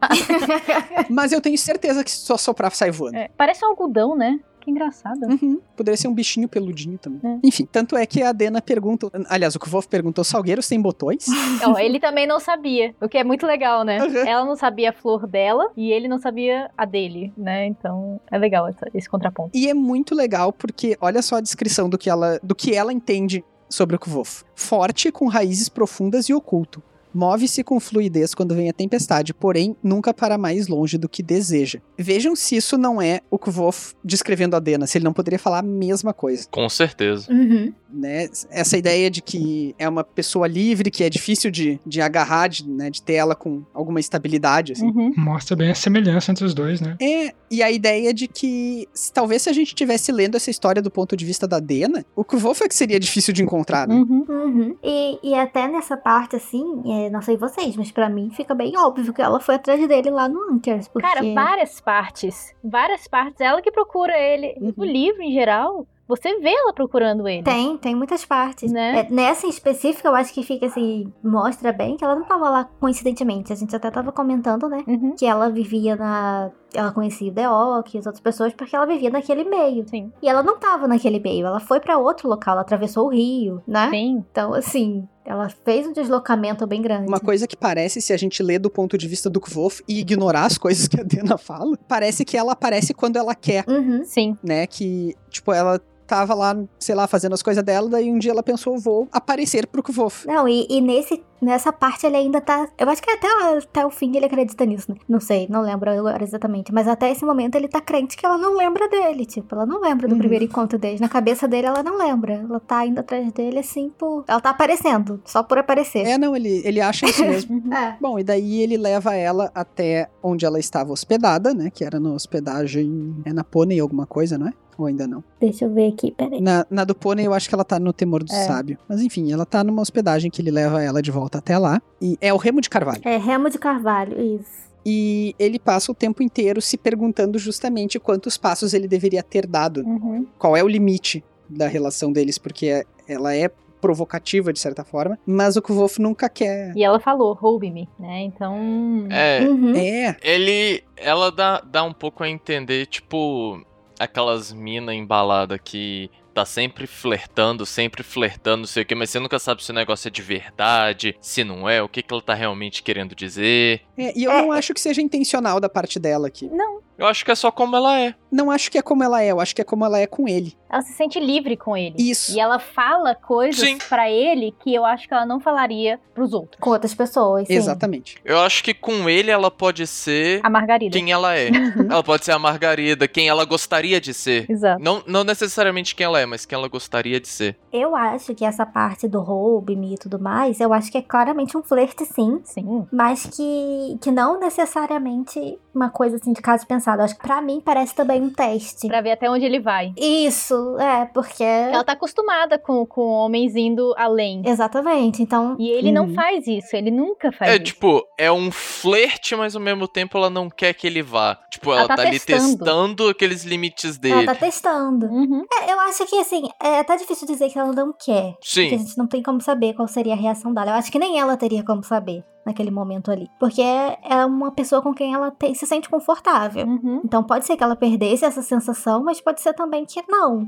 [SPEAKER 2] Mas eu tenho certeza que se só soprar sai voando.
[SPEAKER 3] É, parece um algodão, né? Que engraçado.
[SPEAKER 2] Uhum. Poderia ser um bichinho peludinho também.
[SPEAKER 3] É.
[SPEAKER 2] Enfim, tanto é que a Dena pergunta. Aliás, o Kvolf perguntou: Salgueiros tem
[SPEAKER 3] [laughs]
[SPEAKER 2] botões?
[SPEAKER 3] Ó, ele também não sabia, o que é muito legal, né?
[SPEAKER 2] Uhum.
[SPEAKER 3] Ela não sabia a flor dela e ele não sabia a dele, né? Então é legal essa- esse contraponto.
[SPEAKER 2] E é muito legal porque olha só a descrição do que ela, do que ela entende sobre o Kvof. Forte, com raízes profundas e oculto. Move-se com fluidez quando vem a tempestade, porém nunca para mais longe do que deseja. Vejam se isso não é o Kvof descrevendo a Dena, se ele não poderia falar a mesma coisa,
[SPEAKER 4] Com certeza.
[SPEAKER 1] [laughs] Uhum.
[SPEAKER 2] né? Essa ideia de que é uma pessoa livre, que é difícil de, de agarrar, de, né, de ter ela com alguma estabilidade, assim.
[SPEAKER 3] Uhum.
[SPEAKER 5] Mostra bem a semelhança entre os dois, né?
[SPEAKER 2] É, e a ideia de que se- talvez se a gente tivesse lendo essa história do ponto de vista da Dena, o Kvolf é que seria difícil de encontrar, né?
[SPEAKER 3] Uhum.
[SPEAKER 1] Uhum. E, e até nessa parte, assim, é, não sei vocês, mas pra mim fica bem óbvio que ela foi atrás dele lá no Anchors. Porque...
[SPEAKER 3] Cara, várias partes. Várias partes. Ela que procura ele.
[SPEAKER 2] Uhum.
[SPEAKER 3] No livro, em geral, você vê ela procurando ele.
[SPEAKER 1] Tem, tem muitas partes.
[SPEAKER 3] Né?
[SPEAKER 1] É, nessa em específico, eu acho que fica assim, mostra bem que ela não tava lá coincidentemente. A gente até tava comentando, né?
[SPEAKER 3] Uhum.
[SPEAKER 1] Que ela vivia na. ela conhecia o Deok e as outras pessoas porque ela vivia naquele meio.
[SPEAKER 3] Sim.
[SPEAKER 1] E ela não tava naquele meio, ela foi pra outro local, ela atravessou o rio, né?
[SPEAKER 3] Sim.
[SPEAKER 1] Então, assim, ela fez um deslocamento bem grande.
[SPEAKER 2] Uma coisa que parece, se a gente ler do ponto de vista do Kvof e ignorar as coisas que a Dena fala, parece que ela aparece quando ela quer,
[SPEAKER 1] Uhum.
[SPEAKER 3] Sim.
[SPEAKER 2] né? Que, tipo, ela tava lá, sei lá, fazendo as coisas dela, daí um dia ela pensou, vou aparecer pro Kvof.
[SPEAKER 1] Não, e, e nesse, nessa parte ele ainda tá. Eu acho que até, o- até o fim ele acredita nisso, né? Não sei, não lembro agora exatamente. Mas até esse momento ele tá crente que ela não lembra dele. Tipo, ela não lembra do
[SPEAKER 2] Uhum.
[SPEAKER 1] primeiro encontro deles. Na cabeça dele ela não lembra. Ela tá indo atrás dele assim por. Ela tá aparecendo, só por aparecer.
[SPEAKER 2] É, não, ele, ele acha isso mesmo.
[SPEAKER 1] É.
[SPEAKER 2] Bom, e daí ele leva ela até onde ela estava hospedada, né? Que era na hospedagem. É na Pônei alguma coisa, não é? Ou ainda não?
[SPEAKER 6] Deixa eu ver aqui, peraí.
[SPEAKER 2] Na, na do Pônei eu acho que ela tá no Temor do
[SPEAKER 6] É.
[SPEAKER 2] Sábio. Mas enfim, ela tá numa hospedagem que ele leva ela de volta até lá. E é o Remo de Carvalho.
[SPEAKER 1] É, Remo de Carvalho, isso.
[SPEAKER 2] E ele passa o tempo inteiro se perguntando justamente quantos passos ele deveria ter dado.
[SPEAKER 3] Uhum.
[SPEAKER 2] Qual é o limite da relação deles, porque é- ela é provocativa de certa forma, mas o Kvolf nunca quer.
[SPEAKER 3] E ela falou, roube-me, né? Então.
[SPEAKER 4] É,
[SPEAKER 1] Uhum.
[SPEAKER 2] É,
[SPEAKER 4] Ele. Ela dá, dá um pouco a entender, tipo, aquelas mina embalada que tá sempre flertando, sempre flertando, não sei o quê, mas você nunca sabe se o negócio é de verdade, se não é, o que, que ela tá realmente querendo dizer.
[SPEAKER 2] é, e eu
[SPEAKER 1] É.
[SPEAKER 2] não acho que seja intencional da parte dela aqui.
[SPEAKER 4] Eu acho que é só como ela é.
[SPEAKER 2] Não acho que é como ela é, eu acho que é como ela é com ele.
[SPEAKER 3] Ela se sente livre com ele.
[SPEAKER 2] Isso.
[SPEAKER 3] E ela fala coisas
[SPEAKER 4] Sim.
[SPEAKER 3] pra ele que eu acho que ela não falaria pros outros.
[SPEAKER 1] Com outras pessoas. Sim.
[SPEAKER 2] Exatamente.
[SPEAKER 4] Eu acho que com ele ela pode ser
[SPEAKER 3] A Margarida.
[SPEAKER 4] quem ela é. Ela pode ser a Margarida, quem ela gostaria de ser.
[SPEAKER 3] Exato.
[SPEAKER 4] Não, não necessariamente quem ela é, mas quem ela gostaria de ser.
[SPEAKER 1] Eu acho que essa parte do roubo e tudo mais, eu acho que é claramente um flerte, sim.
[SPEAKER 3] Sim.
[SPEAKER 1] mas que, que não necessariamente uma coisa assim de caso pensado. Acho que pra mim parece também um teste.
[SPEAKER 3] Pra ver até onde ele vai.
[SPEAKER 1] Isso, é, porque.
[SPEAKER 3] Ela tá acostumada com, com homens indo além.
[SPEAKER 1] Exatamente, então.
[SPEAKER 3] E ele não
[SPEAKER 2] Uhum.
[SPEAKER 3] faz isso, ele nunca faz
[SPEAKER 4] É,
[SPEAKER 3] isso.
[SPEAKER 4] tipo, é um flerte, mas ao mesmo tempo ela não quer que ele vá. Tipo, ela,
[SPEAKER 3] Ela tá
[SPEAKER 4] tá, ali
[SPEAKER 3] testando.
[SPEAKER 4] testando aqueles limites
[SPEAKER 1] Ela
[SPEAKER 4] dele.
[SPEAKER 1] tá testando.
[SPEAKER 3] Uhum.
[SPEAKER 1] É, eu acho que, assim, é até difícil dizer que ela não quer. Porque a
[SPEAKER 4] Sim.
[SPEAKER 1] gente não tem como saber qual seria a reação dela. Eu acho que nem ela teria como saber naquele momento ali. Porque é é uma pessoa com quem ela tem- se sente confortável.
[SPEAKER 3] Uhum.
[SPEAKER 1] Então pode ser que ela perdesse essa sensação, mas pode ser também que não.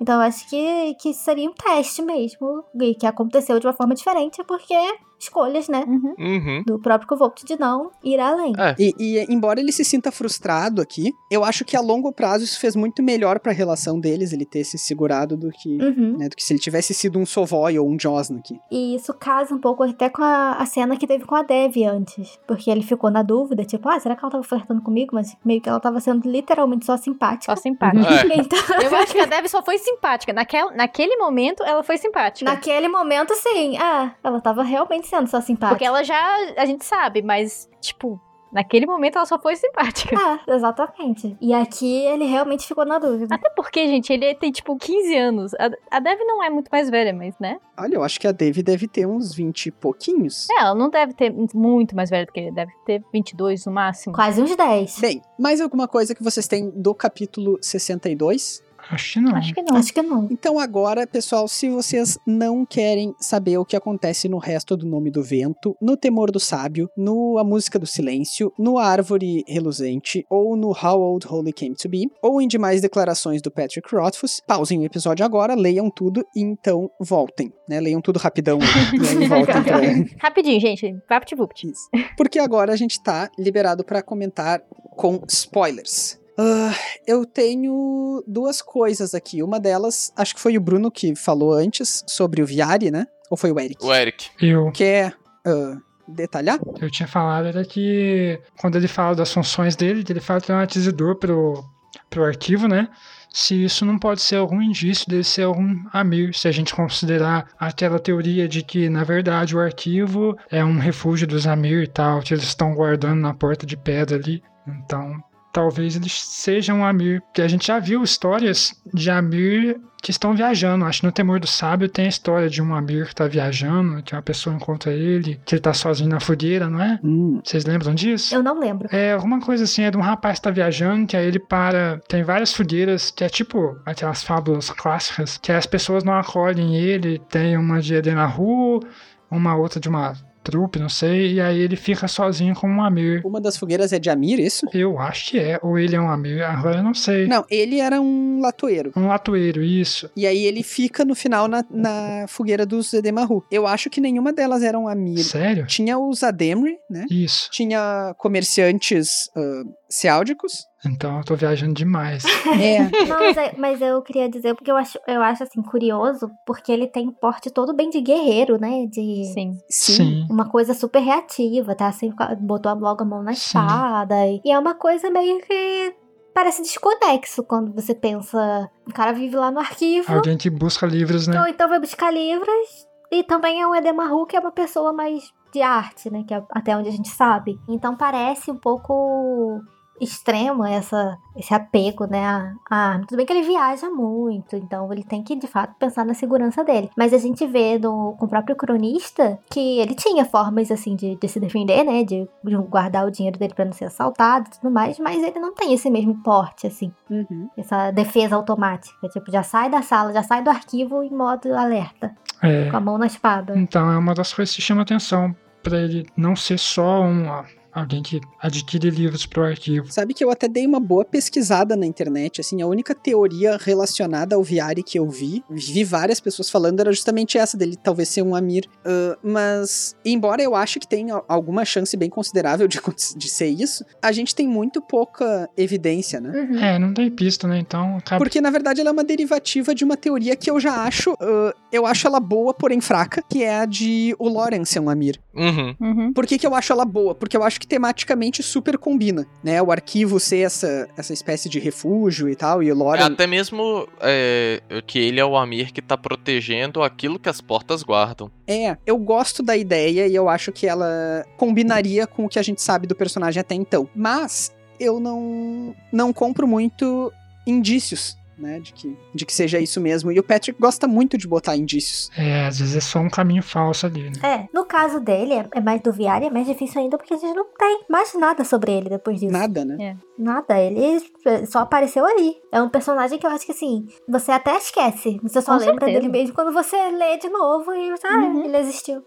[SPEAKER 1] Então eu acho que, que seria um teste mesmo. E que aconteceu de uma forma diferente, porque escolhas, né?
[SPEAKER 3] Uhum.
[SPEAKER 4] Uhum.
[SPEAKER 1] Do próprio Covolt de não ir além.
[SPEAKER 3] Ah,
[SPEAKER 4] É.
[SPEAKER 2] E, e, embora ele se sinta frustrado aqui, eu acho que a longo prazo isso fez muito melhor pra relação deles, ele ter se segurado do que,
[SPEAKER 1] Uhum.
[SPEAKER 2] né, do que se ele tivesse sido um Sovoy ou um Josn aqui.
[SPEAKER 1] E isso casa um pouco até com a, a cena que teve com a Dev antes. Porque ele ficou na dúvida, tipo, ah, será que ela tava flertando comigo? Mas meio que ela tava sendo literalmente só simpática.
[SPEAKER 3] Só simpática.
[SPEAKER 4] É.
[SPEAKER 1] [laughs] Então,
[SPEAKER 3] [laughs] Eu acho que a Dev só foi simpática. Naquela, naquele momento, ela foi simpática.
[SPEAKER 1] naquele momento, sim. Ah, ela tava realmente sendo só simpática.
[SPEAKER 3] é. Porque ela já. A gente sabe, mas, tipo, naquele momento ela só foi simpática.
[SPEAKER 1] Ah, exatamente. E aqui ele realmente ficou na dúvida.
[SPEAKER 3] [laughs] Até porque, gente, ele tem, tipo, 15 anos. A, a Dev não é muito mais velha, mas, né?
[SPEAKER 2] Olha, eu acho que a Dave deve ter uns 20 e pouquinhos.
[SPEAKER 3] É, ela não deve ter muito mais velha do que ele. Deve ter 22 no máximo.
[SPEAKER 1] Quase uns 10.
[SPEAKER 2] Bem, mais alguma coisa que vocês têm do capítulo 62?
[SPEAKER 5] Acho que não.
[SPEAKER 3] Acho que não.
[SPEAKER 1] Acho que não.
[SPEAKER 2] Então agora, pessoal, se vocês não querem saber o que acontece no resto do Nome do Vento, no Temor do Sábio, no A Música do Silêncio, no Árvore Reluzente, ou no How Old Holy Came to Be, ou em demais declarações do Patrick Rothfuss, pausem o episódio agora, leiam tudo e então voltem, né? Leiam tudo rapidão e aí voltem pra...
[SPEAKER 3] Rapidinho, gente. Vapt-vupt.
[SPEAKER 2] Isso. Porque agora a gente tá liberado pra comentar com spoilers. Ah, eu tenho duas coisas aqui. Uma delas, acho que foi o Bruno que falou antes sobre o Viari, né? Ou foi o Eric?
[SPEAKER 4] O Eric.
[SPEAKER 5] Eu,
[SPEAKER 2] Quer ah, detalhar?
[SPEAKER 5] eu tinha falado era que quando ele fala das funções dele, que ele fala que é um atizidor pro, pro arquivo, né? Se isso não pode ser algum indício dele ser algum Amir, se a gente considerar aquela teoria de que, na verdade, o arquivo é um refúgio dos Amir e tal, que eles estão guardando na porta de pedra ali. Então, talvez eles sejam um Amir. Porque a gente já viu histórias de Amir que estão viajando. Acho que no Temor do Sábio tem a história de um Amir que tá viajando, que uma pessoa encontra ele, que ele tá sozinho na fogueira, não é?
[SPEAKER 2] Hum,
[SPEAKER 5] Vocês lembram disso?
[SPEAKER 1] Eu não lembro.
[SPEAKER 5] É, alguma coisa assim, é de um rapaz que tá viajando, que aí ele para. Tem várias fogueiras, que é tipo aquelas fábulas clássicas, que as pessoas não acolhem ele, tem uma de Edena Rua, uma outra de uma trupe, não sei, e aí ele fica sozinho com um Amir.
[SPEAKER 2] Uma das fogueiras é de Amir, isso?
[SPEAKER 5] Eu acho que é, ou ele é um Amir, agora eu não sei.
[SPEAKER 2] Não, ele era um latoeiro.
[SPEAKER 5] Um latoeiro, isso.
[SPEAKER 2] E aí ele fica no final na, na fogueira dos Edemaru. Eu acho que nenhuma delas eram Amir.
[SPEAKER 5] Sério?
[SPEAKER 2] Tinha os Ademri, né?
[SPEAKER 5] Isso.
[SPEAKER 2] Tinha comerciantes ah, seáldicos.
[SPEAKER 5] Então eu tô viajando demais.
[SPEAKER 2] É.
[SPEAKER 1] Não, mas, é- mas eu queria dizer, porque eu acho, eu acho assim, curioso, porque ele tem porte todo bem de guerreiro, né? De
[SPEAKER 3] Sim.
[SPEAKER 2] Sim.
[SPEAKER 5] Sim.
[SPEAKER 1] uma coisa super reativa, tá? Assim, co- botou logo a mão na
[SPEAKER 5] Sim.
[SPEAKER 1] espada. E, e é uma coisa meio que parece desconexo quando você pensa. O cara vive lá no arquivo,
[SPEAKER 5] Alguém que busca livros, né?
[SPEAKER 1] ou então vai buscar livros. E também é um Edemaru, que é uma pessoa mais de arte, né? Que é até onde a gente sabe. Então parece um pouco extremo essa, esse apego, né? A, a- tudo bem que ele viaja muito, então ele tem que, de fato, pensar na segurança dele. Mas a gente vê no, com o próprio cronista que ele tinha formas, assim, de, de se defender, né? De, de guardar o dinheiro dele pra não ser assaltado e tudo mais, mas ele não tem esse mesmo porte, assim
[SPEAKER 2] Uhum.
[SPEAKER 1] essa defesa automática. Tipo, já sai da sala, já sai do arquivo em modo alerta,
[SPEAKER 5] É.
[SPEAKER 1] com a mão na espada.
[SPEAKER 5] Então é uma das coisas que chama atenção pra ele não ser só um ó, alguém que adquire livros pro arquivo.
[SPEAKER 2] Sabe que eu até dei uma boa pesquisada na internet, assim, a única teoria relacionada ao Viari que eu vi, vi várias pessoas falando, era justamente essa dele talvez ser um Amir. Ah, mas, embora eu ache que tenha alguma chance bem considerável de, aconte- de ser isso, a gente tem muito pouca evidência, né?
[SPEAKER 1] Uhum.
[SPEAKER 5] É, não tem pista, né? Então acaba.
[SPEAKER 2] Porque, na verdade, ela é uma derivativa de uma teoria que eu já acho. ah, eu acho ela boa, porém fraca, que é a de o Lawrence ser um Amir.
[SPEAKER 4] Uhum.
[SPEAKER 3] Uhum.
[SPEAKER 2] Por que, que eu acho ela boa? Porque eu acho que tematicamente super combina, né? O arquivo ser essa, essa espécie de refúgio e tal, e o
[SPEAKER 4] É
[SPEAKER 2] Lawrence.
[SPEAKER 4] Até mesmo é, que ele é o Amir que tá protegendo aquilo que as portas guardam.
[SPEAKER 2] É, eu gosto da ideia e eu acho que ela combinaria com o que a gente sabe do personagem até então. Mas eu não, não compro muito indícios, né? De que, de que seja isso mesmo. E o Patrick gosta muito de botar indícios.
[SPEAKER 5] É, às vezes é só um caminho falso ali, né?
[SPEAKER 1] É, no caso dele, é é mais do Viário, é mais difícil ainda porque a gente não tem mais nada sobre ele depois disso.
[SPEAKER 2] Nada, né?
[SPEAKER 1] Nada, ele só apareceu ali. É um personagem que eu acho que assim, você até esquece. Você só
[SPEAKER 3] Com
[SPEAKER 1] lembra
[SPEAKER 3] certeza.
[SPEAKER 1] dele mesmo quando você lê de novo e você, ah,
[SPEAKER 3] Uhum.
[SPEAKER 1] ele existiu.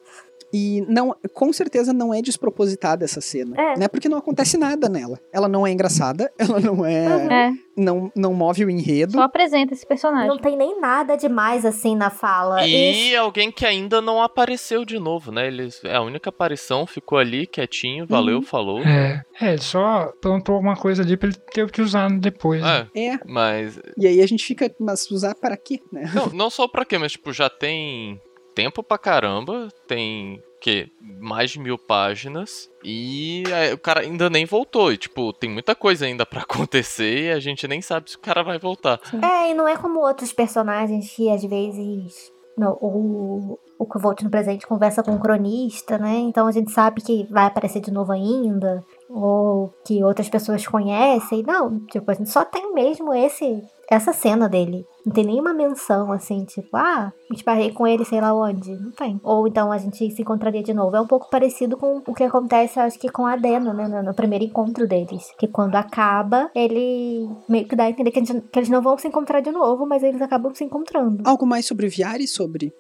[SPEAKER 2] E não, com certeza não é despropositada essa cena,
[SPEAKER 1] É.
[SPEAKER 2] né? Porque não acontece nada nela. Ela não é engraçada, [laughs] ela não é,
[SPEAKER 3] É,
[SPEAKER 2] não, não move o enredo.
[SPEAKER 3] só apresenta esse personagem.
[SPEAKER 1] Não tem nem nada demais assim na fala.
[SPEAKER 4] E alguém que ainda não apareceu de novo, né? Eles, é a única aparição, ficou ali quietinho, valeu,
[SPEAKER 5] [laughs]
[SPEAKER 4] falou.
[SPEAKER 5] É, é, ele só plantou alguma coisa ali pra ele ter o que usar depois. né?
[SPEAKER 4] É,
[SPEAKER 2] É.
[SPEAKER 4] mas
[SPEAKER 2] E aí a gente fica, mas usar para quê, né?
[SPEAKER 4] não, não só pra quê, mas tipo, já tem tempo pra caramba, tem que mais de mil páginas e é, o cara ainda nem voltou. E, tipo, tem muita coisa ainda pra [laughs] acontecer e a gente nem sabe se o cara vai voltar.
[SPEAKER 1] É, e não é como outros personagens que às vezes não, o, o que volte no presente conversa com o cronista, né? Então a gente sabe que vai aparecer de novo ainda, ou que outras pessoas conhecem. Não, tipo, a gente só tem mesmo esse essa cena dele. Não tem nenhuma menção assim, tipo, ah, me esbarrei com ele sei lá onde. Não tem. Ou então a gente se encontraria de novo. É um pouco parecido com o que acontece, eu acho que com a Dena, né? No, no primeiro encontro deles. Que quando acaba, ele meio que dá a entender que, a gente- que eles não vão se encontrar de novo, mas eles acabam se encontrando.
[SPEAKER 2] Algo mais sobre o Viari, sobre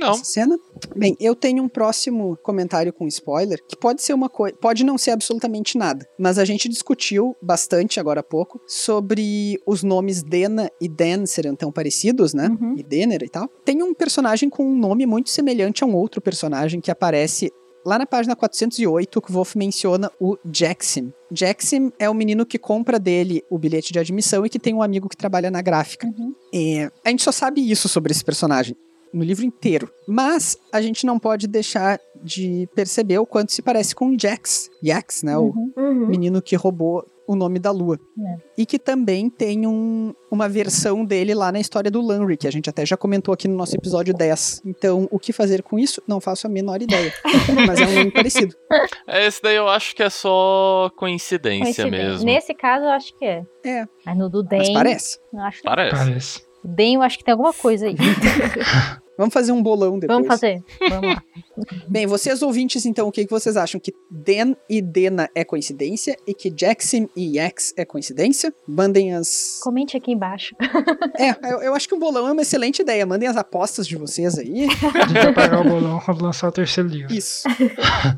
[SPEAKER 4] Não.
[SPEAKER 2] essa cena? Bem, eu tenho um próximo comentário com spoiler, que pode ser uma coisa, pode não ser absolutamente nada, mas a gente discutiu bastante agora há pouco sobre os nomes Dena e Dan serem tão parecidos, né?
[SPEAKER 3] Uhum.
[SPEAKER 2] e Denner e tal, tem um personagem com um nome muito semelhante a um outro personagem que aparece lá na página 408, que o Wolf menciona o Jackson. Jackson é o menino que compra dele o bilhete de admissão e que tem um amigo que trabalha na gráfica. É, a gente só sabe isso sobre esse personagem. No livro inteiro. Mas a gente não pode deixar de perceber o quanto se parece com o Jax. Jax, né? O
[SPEAKER 1] Uhum.
[SPEAKER 2] menino que roubou o nome da lua.
[SPEAKER 3] É.
[SPEAKER 2] E que também tem um- uma versão dele lá na história do Lanry, que a gente até já comentou aqui no nosso episódio 10. Então, o que fazer com isso? Não faço a menor
[SPEAKER 3] [laughs]
[SPEAKER 2] ideia. Mas é um nome parecido.
[SPEAKER 4] É, Esse daí eu acho que é só coincidência,
[SPEAKER 3] Coincidência.
[SPEAKER 4] mesmo.
[SPEAKER 3] Nesse caso, eu acho que é.
[SPEAKER 2] É.
[SPEAKER 3] Mas no do Dan,
[SPEAKER 2] Mas parece.
[SPEAKER 3] eu acho que
[SPEAKER 4] Parece.
[SPEAKER 5] Parece.
[SPEAKER 3] Bem, eu acho que tem alguma coisa aí.
[SPEAKER 2] Vamos fazer um bolão depois.
[SPEAKER 3] Vamos fazer. Vamos lá.
[SPEAKER 2] Bem, vocês ouvintes, então, o que, que vocês acham? Que Den e Dena é coincidência e que Jackson e Yax é coincidência? Mandem as.
[SPEAKER 3] Comente aqui embaixo.
[SPEAKER 2] É, eu, eu acho que o bolão é uma excelente ideia. Mandem as apostas de vocês aí.
[SPEAKER 5] A gente vai pagar o bolão quando lançar o terceiro livro.
[SPEAKER 2] Isso.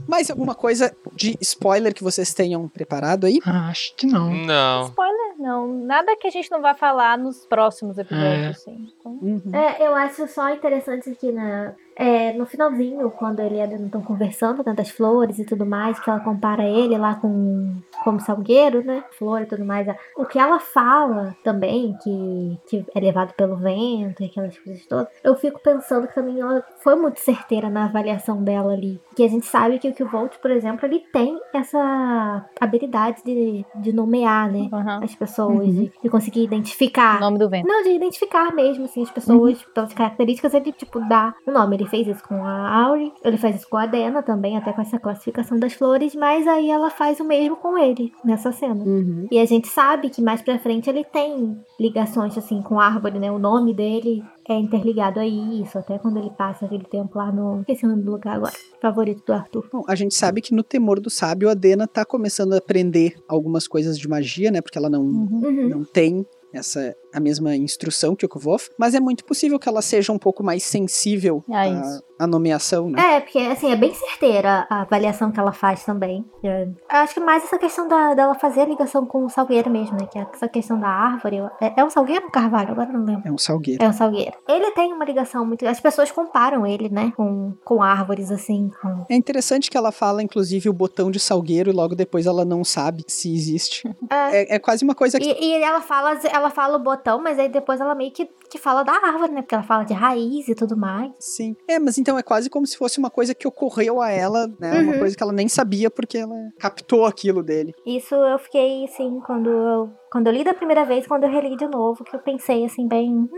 [SPEAKER 2] Mais alguma coisa de spoiler que vocês tenham preparado aí?
[SPEAKER 5] Ah, acho que
[SPEAKER 4] Hum.
[SPEAKER 5] não.
[SPEAKER 4] Não.
[SPEAKER 3] Spoiler não. Nada que a gente não vai falar nos próximos episódios,
[SPEAKER 5] É.
[SPEAKER 3] assim. Então,
[SPEAKER 2] Uhum.
[SPEAKER 1] É, eu acho só interessante aqui na, é, no finalzinho, quando ele e a Dana estão conversando, né, das flores e tudo mais, que ela compara ele lá com como salgueiro, né? Flor e tudo mais. O que ela fala também, que, que é levado pelo vento e aquelas coisas todas, eu fico pensando que também ela foi muito certeira na avaliação dela ali. Que a gente sabe que o que Volt, por exemplo, ele tem essa habilidade de, de nomear, né?
[SPEAKER 3] aham.
[SPEAKER 1] As pessoas, de, de conseguir identificar.
[SPEAKER 3] Nome do vento.
[SPEAKER 1] Não, de identificar mesmo, assim, as pessoas pelas características, ele, tipo, dá o nome. Ele fez isso com a Auri, ele faz isso com a Dena também, até com essa classificação das flores, mas aí ela faz o mesmo com ele, nessa cena.
[SPEAKER 2] Uhum.
[SPEAKER 1] E a gente sabe que mais pra frente ele tem ligações, assim, com a árvore, né? O nome dele é interligado a isso, até quando ele passa aquele tempo lá no... Esqueci o nome do lugar agora. Favorito do Arthur.
[SPEAKER 2] Bom, a gente sabe que no Temor do Sábio, a Dena tá começando a aprender algumas coisas de magia, né? Porque ela não,
[SPEAKER 1] Uhum.
[SPEAKER 2] não tem essa a mesma instrução que o Kvof, mas é muito possível que ela seja um pouco mais sensível
[SPEAKER 3] Ah, isso.
[SPEAKER 2] à, à nomeação, né?
[SPEAKER 1] É, porque assim, é bem certeira a avaliação que ela faz também. É. Eu acho que mais essa questão da, dela fazer a ligação com o salgueiro mesmo, né? Que é essa questão da árvore. eu- É, é um salgueiro ou um carvalho? Agora eu não lembro.
[SPEAKER 2] É um salgueiro.
[SPEAKER 1] É um salgueiro. Ele tem uma ligação muito. As pessoas comparam ele, né? Com, com árvores, assim. com-
[SPEAKER 2] É interessante que ela fala, inclusive, o botão de salgueiro e logo depois ela não sabe se existe.
[SPEAKER 1] É.
[SPEAKER 2] É, é quase uma coisa que.
[SPEAKER 1] E, e ela, fala, ela fala o botão, mas aí depois ela meio que, que fala da árvore, né? Porque ela fala de raiz e tudo mais.
[SPEAKER 2] Sim. É, mas então é quase como se fosse uma coisa que ocorreu a ela, né? Uma
[SPEAKER 1] Uhum.
[SPEAKER 2] coisa que ela nem sabia porque ela captou aquilo dele.
[SPEAKER 1] Isso eu fiquei, assim, quando eu, quando eu li da primeira vez, quando eu reli de novo, que eu pensei, assim, bem. "Hum,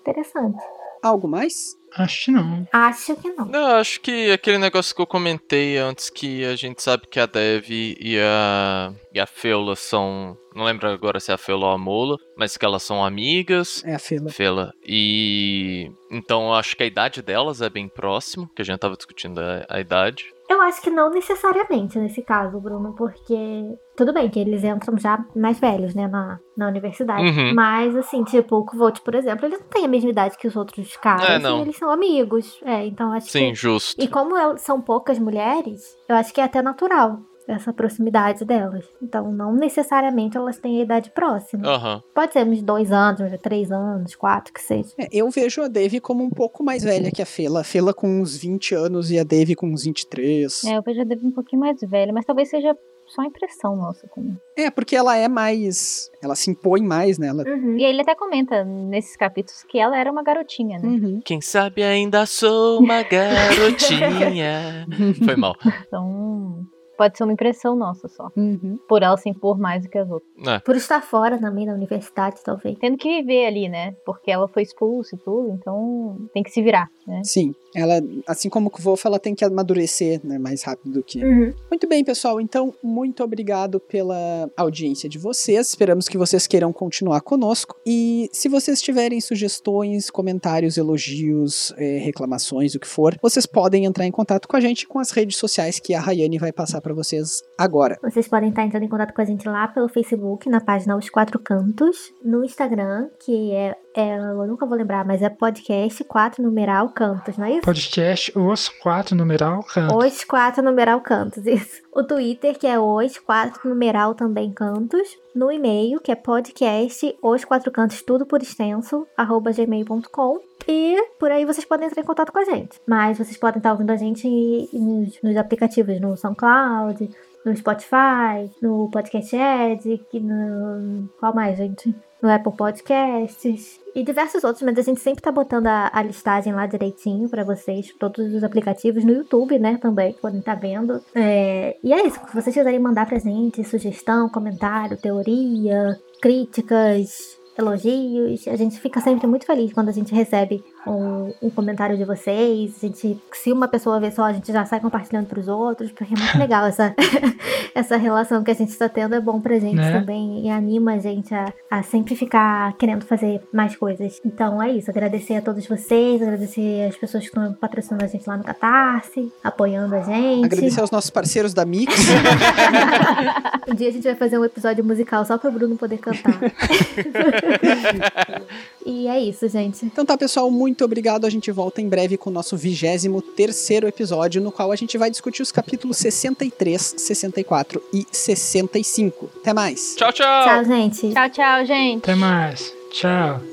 [SPEAKER 1] interessante.
[SPEAKER 2] Algo mais?
[SPEAKER 5] Acho que não.
[SPEAKER 1] Acho que não.
[SPEAKER 4] Não, acho que aquele negócio que eu comentei antes que a gente sabe que a Dev e a, e a Feula são. Não lembro agora se é a Feula ou a Mola, mas que elas são amigas.
[SPEAKER 2] É a fila.
[SPEAKER 4] Fela. E. Então eu acho que a idade delas é bem próxima, que a gente tava discutindo a, a idade.
[SPEAKER 1] Eu acho que não necessariamente nesse caso, Bruno, porque tudo bem que eles entram já mais velhos, né, na, na universidade.
[SPEAKER 4] Uhum.
[SPEAKER 1] Mas, assim, tipo, o Kvolt, por exemplo, ele não tem a mesma idade que os outros caras.
[SPEAKER 4] É,
[SPEAKER 1] e
[SPEAKER 4] não.
[SPEAKER 1] eles são amigos. É, então acho
[SPEAKER 4] Sim,
[SPEAKER 1] que.
[SPEAKER 4] justo.
[SPEAKER 1] E como el- são poucas mulheres, eu acho que é até natural essa proximidade delas. Então, não necessariamente elas têm a idade próxima.
[SPEAKER 4] Aham.
[SPEAKER 1] Pode ser uns dois anos, uns três anos, quatro, que seja.
[SPEAKER 2] É, eu vejo a Dave como um pouco mais velha que a Fela. A Fela com uns 20 anos e a Dave com uns 23.
[SPEAKER 3] É, eu vejo a Debbie um pouquinho mais velha, mas talvez seja só impressão nossa também.
[SPEAKER 2] É, porque ela é mais. Ela se impõe mais, né? Ela...
[SPEAKER 1] Uhum.
[SPEAKER 3] E aí ele até comenta nesses capítulos que ela era uma garotinha,
[SPEAKER 2] Hum.
[SPEAKER 3] né?
[SPEAKER 4] Quem sabe ainda sou uma garotinha. Foi mal.
[SPEAKER 3] Então, pode ser uma impressão nossa só.
[SPEAKER 2] Uhum.
[SPEAKER 3] Por ela se impor mais do que as outras.
[SPEAKER 4] É.
[SPEAKER 1] Por estar fora também da universidade, talvez.
[SPEAKER 3] Tendo que viver ali, né? Porque ela foi expulsa e tudo, então tem que se virar, né?
[SPEAKER 2] Sim, ela, assim como o Wolf, ela tem que amadurecer né, mais rápido do que
[SPEAKER 1] Uhum.
[SPEAKER 2] Muito bem, pessoal. Então, muito obrigado pela audiência de vocês. Esperamos que vocês queiram continuar conosco. E se vocês tiverem sugestões, comentários, elogios, eh, reclamações, o que for, vocês podem entrar em contato com a gente com as redes sociais que a Rayane vai passar para vocês agora.
[SPEAKER 1] Vocês podem estar entrando em contato com a gente lá pelo Facebook, na página Os Quatro Cantos, no Instagram, que é, é- eu nunca vou lembrar, mas é podcast 4 numeral cantos, não é isso?
[SPEAKER 5] Podcast Os Quatro Numeral Canto.
[SPEAKER 1] Os 4 numeral cantos, isso. O Twitter, que é os 4 numeral também cantos. No e-mail, que é podcast, os 4 cantos, tudo por extenso, arroba gmail.com. E por aí vocês podem entrar em contato com a gente. Mas vocês podem estar ouvindo a gente nos, nos aplicativos, no SoundCloud, no Spotify, no Podcast Edit, no. Qual mais, gente? No Apple Podcasts e diversos outros, mas a gente sempre tá botando a, a listagem lá direitinho pra vocês, todos os aplicativos no YouTube, né, também, que podem estar vendo. É, e é isso, se vocês quiserem mandar pra gente sugestão, comentário, teoria, críticas, elogios, a gente fica sempre muito feliz quando a gente recebe um, um comentário de vocês. A gente, se uma pessoa vê só, a gente já sai compartilhando pros outros, porque é muito legal essa, [laughs] essa relação que a gente tá tendo. É bom pra gente
[SPEAKER 5] Né?
[SPEAKER 1] também e anima a gente a, a sempre ficar querendo fazer mais coisas. Então é isso. Agradecer a todos vocês, agradecer as pessoas que estão patrocinando a gente lá no Catarse, apoiando a gente.
[SPEAKER 2] Agradecer aos nossos parceiros da Mix.
[SPEAKER 1] Um dia a gente vai fazer um episódio musical só pro Bruno poder cantar. [laughs] e é isso, gente.
[SPEAKER 2] Então tá, pessoal, muito obrigado. A gente volta em breve com o nosso 23 episódio, no qual a gente vai discutir os capítulos 63, 64 e 65. Até mais!
[SPEAKER 4] Tchau, tchau!
[SPEAKER 1] Tchau, gente.
[SPEAKER 3] Tchau, tchau, gente.
[SPEAKER 5] Até mais. Tchau.